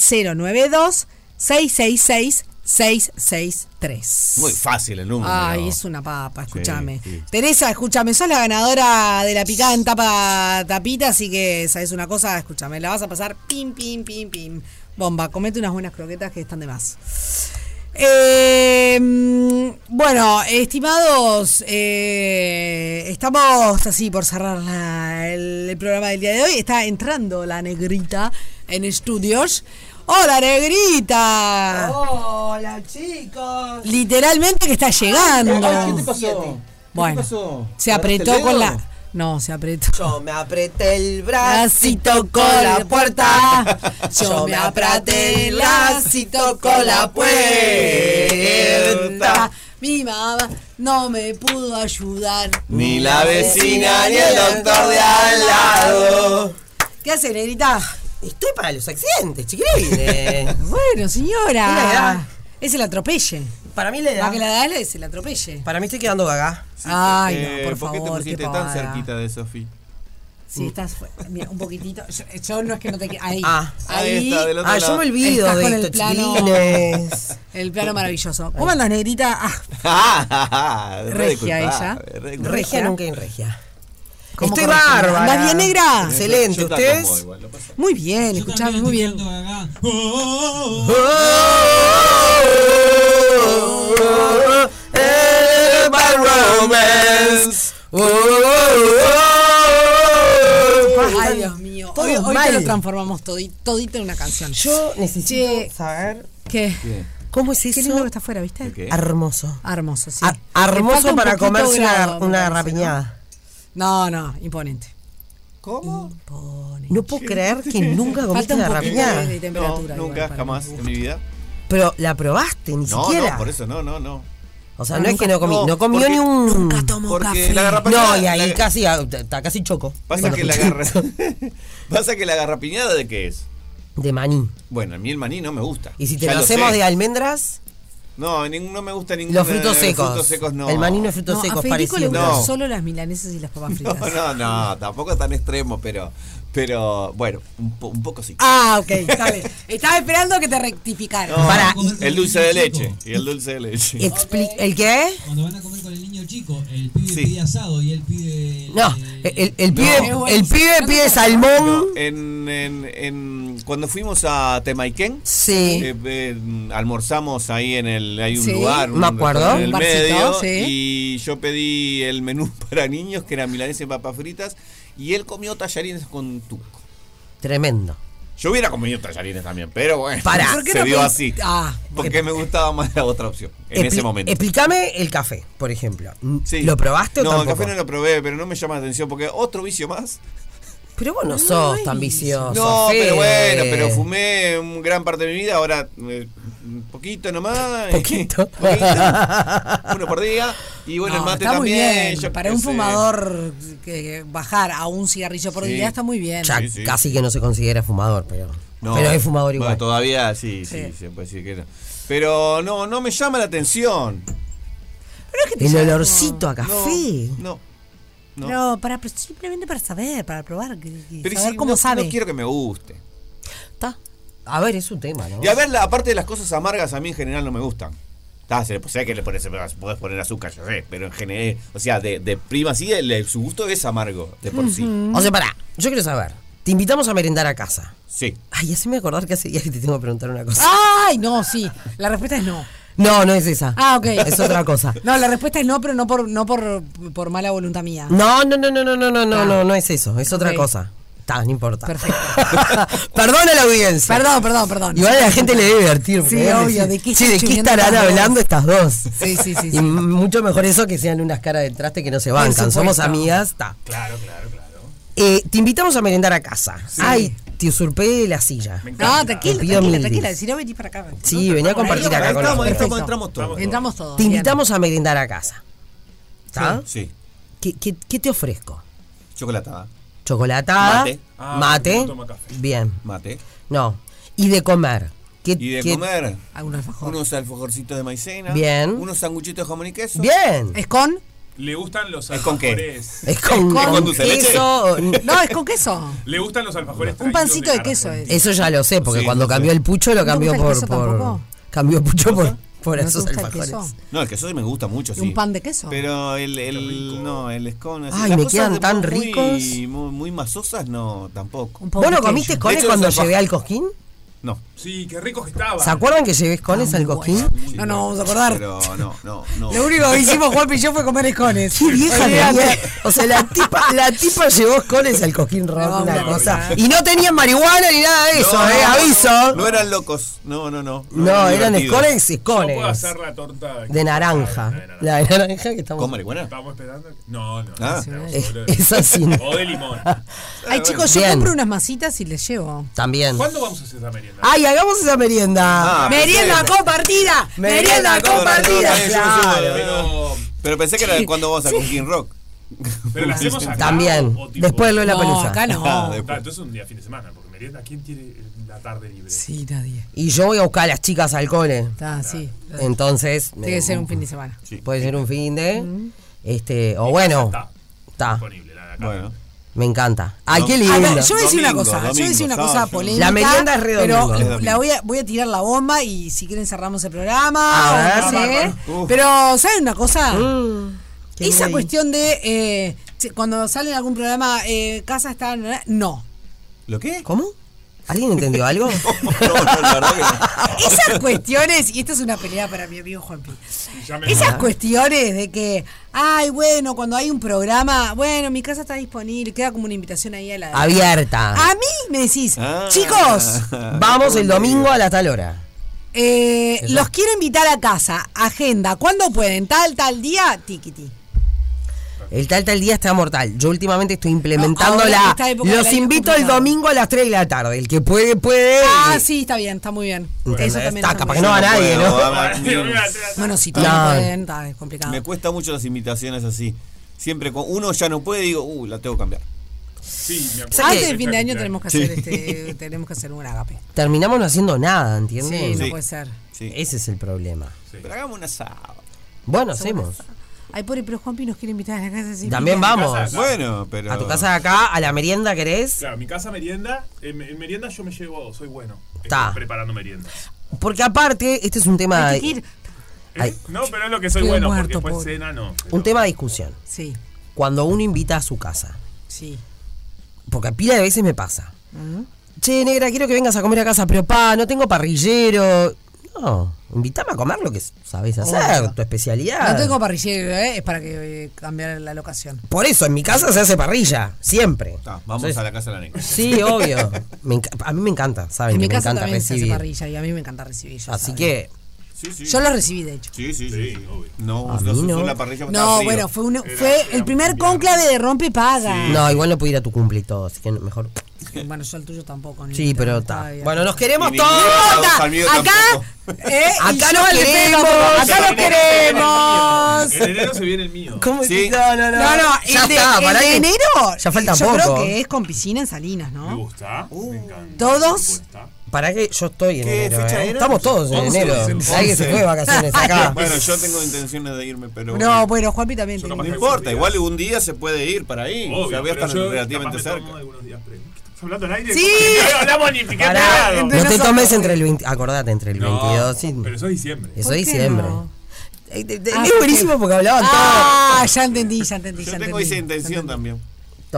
092-666-663. Muy fácil el número. Ay, es una papa, escúchame. sí. Teresa, escúchame, sos la ganadora de la picada en tapa tapita, así que sabes una cosa, escúchame, la vas a pasar pim, pim, pim, pim. Bomba, comete unas buenas croquetas que están de más. Eh, mm, bueno, estimados, eh, estamos así por cerrar la- el, el programa del día de hoy. Está entrando la negrita en estudios. ¡Hola, negrita! Oh. Hola chicos. Literalmente que está llegando. Bueno, pasó? se ¿Agarraste apretó el dedo? con la. No, se apretó. Yo me apreté el bracito Bracito con la con- puerta. Yo Yo me me apreté el bracito con la pues. puerta. Mi mamá no me pudo ayudar. Ni la vecina ni el doctor de al lado. ¿Qué hace, negrita? Estoy para los accidentes, chiquilines. bueno, Es la edad. señora. Es el atropelle. Para mí la edad. Para que la edad es el atropelle. Para mí estoy quedando gaga. Ay, Eh, no, por, qué favor. te pusiste qué tan pavada. cerquita de Sofi? Mm. Sí, estás fu- mira, un poquitito. Yo, yo no es que no te qui- ahí. Ah. Ahí está, del otro Ah, yo lado. me olvido Estás de con esto, el plano, chiquilines. el plano maravilloso. ¿Cómo andas, negrita? Ah, Ah, Regia ella. Regia nunca en regia. ¿Cómo Estoy corresponde? bárbara. ¿Andás bien, negra? Excelente, Yo te ¿ustedes? acomodo Muy bien, escuchame, muy bien. Oh. Oh. pues. Ay, Dios mío. Todo Hoy, hoy te mal. lo transformamos todito, todito en una canción. Yo necesito saber. ¿Qué? ¿Cómo es eso? Qué lindo que está afuera, ¿viste? Hermoso. Hermoso, sí. A- hermoso Le falta un para poquito comerse una- grado, me una parece, ¿no? rapiñada. No, no, imponente. ¿Cómo? No puedo creer que nunca Falta comiste un una poquito rapiñada. de temperatura No, igual nunca, para jamás en mi vida. Pero la probaste, ni No, siquiera. no, por eso no, no, no. O sea, no es que no comí, no, comió ni un. porque La garrapiñada, No, y ahí la- casi, a- ta- ta- casi choco. Pasa que, la garra... pasa que la garrapiñada de qué es. De maní. Bueno, a mí el maní no me gusta. Y si te Ya lo sé. hacemos de almendras, No, ningún- no me gusta ninguno. Los frutos de- de secos. frutos secos no. El maní no es frutos No, a secos, Federico le parecido. gustan No. solo las milanesas y las papas fritas. No, no, no, tampoco tan extremo, pero, pero bueno, un, po- un poco sí. Ah, ok, está bien. Estaba esperando que te rectificara. No, Pará. El dulce de leche. Y el dulce de leche. expli- ¿el qué? Cuando van a comer con el niño chico, el pibe pide asado y él pide. No, el, el- el No. pibe, el pibe pide salmón. No, en, en- en- cuando fuimos a Temaiken, Sí. eh, eh, almorzamos ahí en el. Hay un Sí. lugar. Me un acuerdo. restaurante En el Un barcito, medio, sí. Y yo pedí el menú para niños, que era milanesa y papas fritas. Y él comió tallarines con tuco. Tremendo. Yo hubiera comido tallarines también, pero bueno. Pará. ¿Por qué Se no dio pedí- así. Ah. porque me gustaba más la otra opción en ese Expli- momento. Explícame el café, por ejemplo. Sí. ¿Lo probaste o no, tampoco? el café no lo probé, pero no me llama la atención porque otro vicio más. Pero vos no sos tan vicioso. No, pero Fede. bueno, pero fumé un gran parte de mi vida, ahora eh, un poquito nomás. Poquito. uno por día. Y bueno, No, el mate está muy también. bien. yo Para qué un sé. fumador que, que bajar a un cigarrillo por Sí. día está muy bien. Ya casi que no se considera fumador, pero. No, pero es fumador bueno, igual. todavía sí, sí, Sí. se puede decir que no. Pero no, no me llama la atención. el olorcito ¿Ah, a café. No. No. Pero para, pero simplemente para saber, para probar, que- que Pero y saber si cómo no, sabe. no quiero que me guste. A ver, es un tema, ¿no? Y a ver, la, aparte de las cosas amargas, a mí en general no me gustan. Está, se le- o sea que le pones, podés poner azúcar, yo sé, pero en general, o sea, de, de prima sí, el- su gusto es amargo, de por sí. O sea, pará, yo quiero saber. Te invitamos a merendar a casa. Sí. Ay, haceme acordar que hace días que te tengo que preguntar una cosa. Ay, no, sí. La respuesta es no. No, no es esa. Ah, ok. Es otra cosa. No, la respuesta es no, pero no por no por, por mala voluntad mía. No, no, no, no, no, no, no, no, no, no es eso. Es otra Ah. Ok. cosa. Está, no importa. Perfecto. perdón a la audiencia. Perdón, perdón, perdón. Igual a la gente le debe divertir. porque Sí, van a obvio, decir, ¿de qué "Che, están chumeando estarán estas dos?" hablando estas dos? Sí, sí, sí, Y sí. m- mucho mejor eso que sean unas caras de traste que no se bancan. supuesto. Somos amigas, está. Claro, claro, claro. Eh, te invitamos a merendar a casa. Ay, te usurpé la silla. No, tranquila, Te pido tranquila, mil tranquila. dis. Si no venís para acá. Sí, venía a compartir acá con Entramos, nosotros. entramos, Entramos todos. Entramos todos. Te invitamos a merendar a casa. ¿Está? Sí. ¿Qué, qué, qué te ofrezco? Chocolatada. Chocolatada. Mate. Ah, mate. no toma café. Bien. Mate. No. Y de comer. ¿Qué- Y de qué- comer. alfajor. Unos alfajorcitos de maicena. Bien. Unos sanguchitos de jamón y queso. Bien. ¿Es con? ¿Le gustan los ¿Es con qué? alfajores? Es con, con con dulce de leche? queso. No, es con queso. ¿Le gustan los alfajores? Un pancito de queso es. Eso ya lo sé, porque cuando cambió el pucho lo ¿No te cambió gusta el por, queso por- tampoco? Cambió el pucho por, por ¿No te esos gusta el alfajores. queso? No, el queso sí me gusta mucho, ¿Y sí. un pan de queso? Pero el, el no, el scone. así, Ay, las me cosas quedan de- tan muy- ricos. Muy, muy masosas, no, tampoco. ¿Vos no comiste De cones hecho, cuando los alfaj- llevé al cosquín? No. Sí, qué ricos que estaban. ¿Se acuerdan que llevé cones al cosquín? No nos vamos a acordar. Pero no, no, no. Lo único que hicimos Juanpi y yo fue comer escones. Qué vieja Olvídate. que era. O sea, la tipa, la tipa llevó cones al cosquín rock, No, una no, cosa. no. Y no tenían marihuana ni nada de eso, No, eh, no, aviso. No eran locos. No, no, no. No, eran divertidos. escones y escones. puedo hacer la torta de naranja. La de naranja que estamos. ¿Con marihuana? Estamos esperando. que- No, no. Ah. no, Eh, boludo. esa sí, no. O de limón. Ay, chicos, yo Bien. compro unas masitas y les llevo. También. ¿Cuándo vamos a hacer esa merienda? Ay, hagamos esa merienda. ¡Merienda compartida! Merienda Ah. ¡Merienda compartida! Yo me sumo, pero, pero pensé que era cuando vamos a con King Rock. Pero la hacemos acá. También. o tipo- Después de la pelusa. Ah, entonces un día fin de semana, porque merienda, ¿quién tiene la tarde libre? Sí, nadie. Y yo voy a buscar a las chicas al cole. Está, sí. Entonces. Tiene que ser un fin de semana. Puede ser un fin de. Este, o bueno. Está. Bueno. Me encanta. Ay, Dom- qué lindo. A ver, yo voy a decir una Domingo, cosa, yo voy a decir domingo, una cosa sábado, polémica. La merienda es re domingo. Es Pero domingo. la voy a, voy a tirar la bomba y si quieren cerramos el programa. A o no ver. sé. Uf. Mm. Pero, ¿saben una cosa? qué Esa guay. cuestión de eh, che, cuando sale en algún programa, eh, casa está. No. ¿Lo qué? ¿Cómo? ¿Alguien entendió algo? Esas cuestiones, y esta es una pelea para mi amigo Juanpi. Esas cuestiones de que, ay, bueno, cuando hay un programa, bueno, mi casa está disponible, queda como una invitación ahí a la. Abierta. A mí me decís, Ah. chicos, Vamos el domingo a la tal hora. eh, los quiero invitar a casa, agenda, ¿cuándo pueden? Tal, tal día, tiquiti. El tal tal día está mortal. Yo últimamente estoy ahora implementando que la. está época del Los año invito el complicado. domingo a las 3 de la tarde. El que puede, puede. Ah, sí, está bien, está muy bien. Bueno, Eso también está, está capaz muy que no va bien. nadie, ¿no? Bueno, si todos No. no pueden, está, es complicado. Me cuesta mucho las invitaciones así. Siempre cuando uno ya no puede, digo, uh, la tengo que cambiar. Sí, me Antes del fin de año tenemos que Sí. hacer, este, tenemos que hacer un agape. Terminamos no haciendo nada, ¿entiendes? Sí, no puede ser. Ese es el problema. Pero hagamos un asado. Bueno, hacemos. Ay, pobre, pero Juanpi nos quiere invitar a la casa. sí, También mira. vamos. Bueno, pero- A tu casa de acá, a la merienda querés. Claro, mi casa merienda, en, en merienda yo me llevo, soy bueno. Estoy Ta. Preparando meriendas. Porque aparte, este es un tema. Hay que De, ir. Ay. ¿Eh? No, pero es lo que soy Estoy bueno, porque muerto, pues, después cena pobre. no. un tema de discusión. Sí, Cuando uno invita a su casa. sí. Porque a pila de veces me pasa. Mm. Che, negra, quiero que vengas a comer a casa, pero pa, no tengo parrillero. No, invítame a comer lo que sabes hacer, Obvio. tu especialidad. No tengo parrillero, ¿eh? es para que eh, cambiar la locación. Por eso, en mi casa se hace parrilla, siempre. Vamos Entonces- a la casa de la negra. Sí, obvio. Me enca- a mí me encanta, saben en mi que me casa encanta también se hace recibir. parrilla y a mí me encanta recibir. ya Así saben. que, Yo lo recibí, de hecho. Sí, sí, sí. No, A no mí se usó no. la parrilla porque estaba No, frío. bueno, fue, un- fue el primer cónclave de rompe y paga. no, igual no pude ir a tu cumple y todo, así que mejor. Bueno, yo el tuyo tampoco. ni Sí, te- pero estaba está. bien. Bueno, nos queremos Y todos. ninguno de los Acá- amigos tampoco. Eh, y Acá yo nos al de Pedro queremos. tampoco. Acá nos queremos. En enero queremos. se viene el mío. ¿Cómo Sí. que- No, no, no. No, no, el, ya de, está, el pará de que- enero. Ya falta yo poco. creo que es con piscina en Salinas, ¿no? Me gusta. me encanta. Todos. Uh. Para que yo estoy en ¿Qué enero. fecha eh. era? Estamos todos en Once, enero. once. Hay que se fue de vacaciones acá. Bueno, yo tengo intenciones de irme, pero. No, bueno, Juanpi también. tiene. No importa, igual un día se puede ir para ahí. Obvio, o sea, voy a pero estar yo relativamente capaz me cerca. tomo algunos días previos. ¿Estás hablando al aire? Sí. No hablamos ni siquiera Pará, nada. no te tomes entre el 20. Acordate, entre el 22. sí. Pero eso es diciembre. Eso ¿Por es qué diciembre. no? Eh, de- de- Ah, es buenísimo porque hablaban Ah, ya entendí, ya entendí. Yo ya tengo entendí. esa intención también. todos.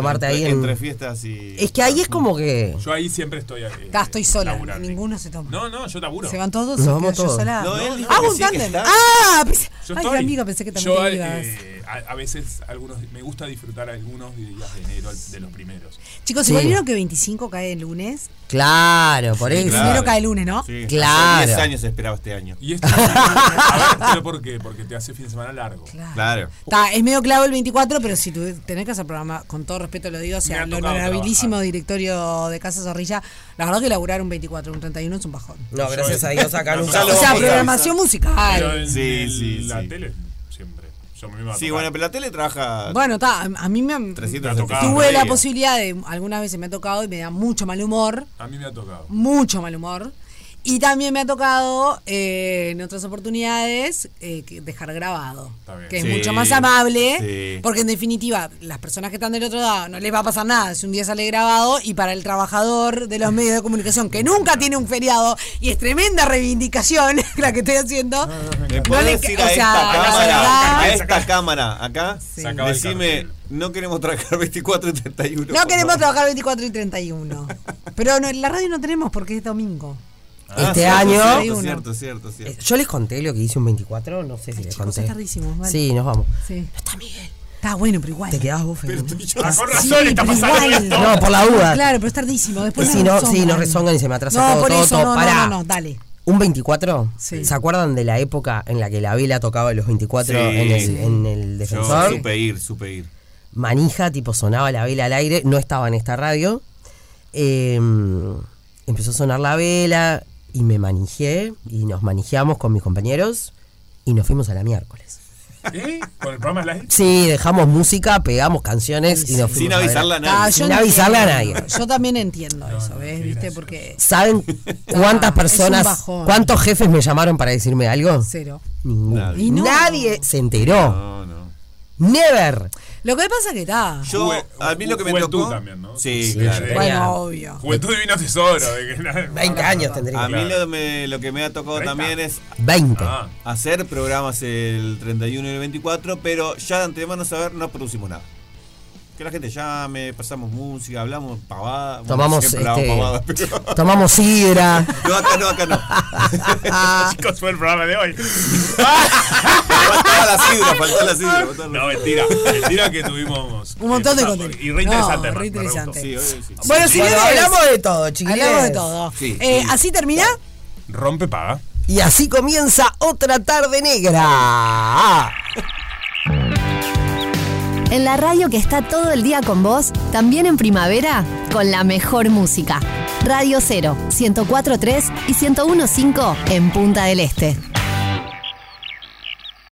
Tomarte ahí entre, en. entre fiestas y. Es que ahí es como que. Yo ahí siempre estoy. eh, Está, estoy sola. laburando. Ninguno se toma. No, no, yo laburo. Se van todos. Nos se vamos queda yo todos. sola. No, él dijo Hago que Ah, un sí, que tándem. está. Ah, pensé- Yo Ay, estoy. amiga, pensé que también Yo te eh, ibas. eh, a, a veces algunos me gusta disfrutar algunos días de enero al- de los primeros. Chicos, Sí. igual vieron que 25 cae el lunes. Claro, por Sí, eso. claro. Primero cae el lunes, ¿no? Sí. Claro. Hace 10 años esperaba este año. Y esto, a ver, ¿pero por qué? Porque te hace fin de semana largo. Claro. Está, es medio clavo el 24, pero si tú tenés que hacer programa, con todo respeto lo digo, o sea, Me ha el tocado honorabilísimo directorio de Casa Zorrilla, la verdad que laburar un 24, un 31 es un bajón. No, gracias a Dios acá No, nunca. pero- O sea, programación Pero musical. en Sí, el- sí, la sí. tele siempre. Yo me iba a Sí, tocar. bueno, pero la tele trabaja. Bueno, está, a a mí me han- 365 tuve la días. posibilidad de, algunas veces me ha tocado y me da mucho mal humor, A mí me ha tocado. mucho mal humor. Y también me ha tocado eh, en otras oportunidades eh, que- dejar grabado, bien. que es Sí, mucho más amable, sí. porque en definitiva las personas que están del otro lado no les va a pasar nada si un día sale grabado y para el trabajador de los medios de comunicación que nunca tiene un feriado y es tremenda reivindicación la que estoy haciendo, ¿Le no podés le- decir o a sea, esta la cámara, verdad- a esta cámara acá, Se acaba el decime, no queremos trabajar 24 y 31. No queremos trabajar 24 y 31. Pero no, en la radio no tenemos porque es domingo. Ah, Este Ah, cierto, año- Cierto, cierto, cierto, cierto. Eh, Yo les conté lo que hice un 24, no sé si les Chicos, conté. es tardísimo, vale. Sí, nos vamos. Sí. Está Miguel. Está bueno, pero igual. Te quedás vos, Fede. con Sí, razón está pero pasando igual. esto. No, por la duda. Claro, pero es tardísimo. Después Sí, nos no, sí, rezongan. nos rezongan y se me atrasa no, todo, por todo, eso, todo. No, Pará. no, no, no, dale. ¿Un 24? Sí. ¿Se acuerdan de la época en la que la vela tocaba los 24 Sí. en, el, Sí. en el Yo defensor? supe ir, supe ir. Manija, tipo sonaba la vela al aire, no estaba en esta radio. Eh, empezó a sonar la vela y me manijé y nos manijeamos con mis compañeros y nos fuimos a la miércoles. ¿Eh? Con el programa de la gente. Sí, dejamos música, pegamos canciones y nos Sin fuimos ver. avisarle a nadie. Ah, yo Sin no avisarle a nadie. entiendo. Yo también entiendo eso, ¿ves? ¿Viste? Porque. ¿Saben Ah, es cuántas un personas, bajón. cuántos jefes me llamaron para decirme algo? Cero. Ninguno. Y Nadie, no. se enteró. No, no. Never. Lo que pasa es que está. Yo, a mí lo que me Juventud tocó. también, ¿no? Sí, Sí, claro. sí. Bueno, obvio. Juventud Divino Tesoro. De que, 20 años tendría. A mí lo, me- lo que me ha tocado también es 20. Ah, hacer programas el 31 y el 24, pero ya de antemano saber no producimos nada. Que la gente llame, pasamos música, hablamos pavada. bueno, Tomamos, siempre hablamos este, pavada, pero- Tomamos sidra. No, acá no, acá no. Chicos, fue el programa de hoy. Faltaba la sidra, faltaba la sidra. faltaba la- No, mentira. Mentira que tuvimos. Un montón de eh, contenido. Y re interesante, No, además, re me re gustó. interesante. Sí, obvio, sí. Bueno, Bueno, señores. hablamos de todo, chiquilines. Hablamos de todo. Sí, Eh, sí. Así termina. Rompe paga. Y así comienza otra tarde Ah. negra. En la radio que está todo el día con vos, también en primavera, con la mejor música. Radio 0, 104.3 y 101.5 en Punta del Este.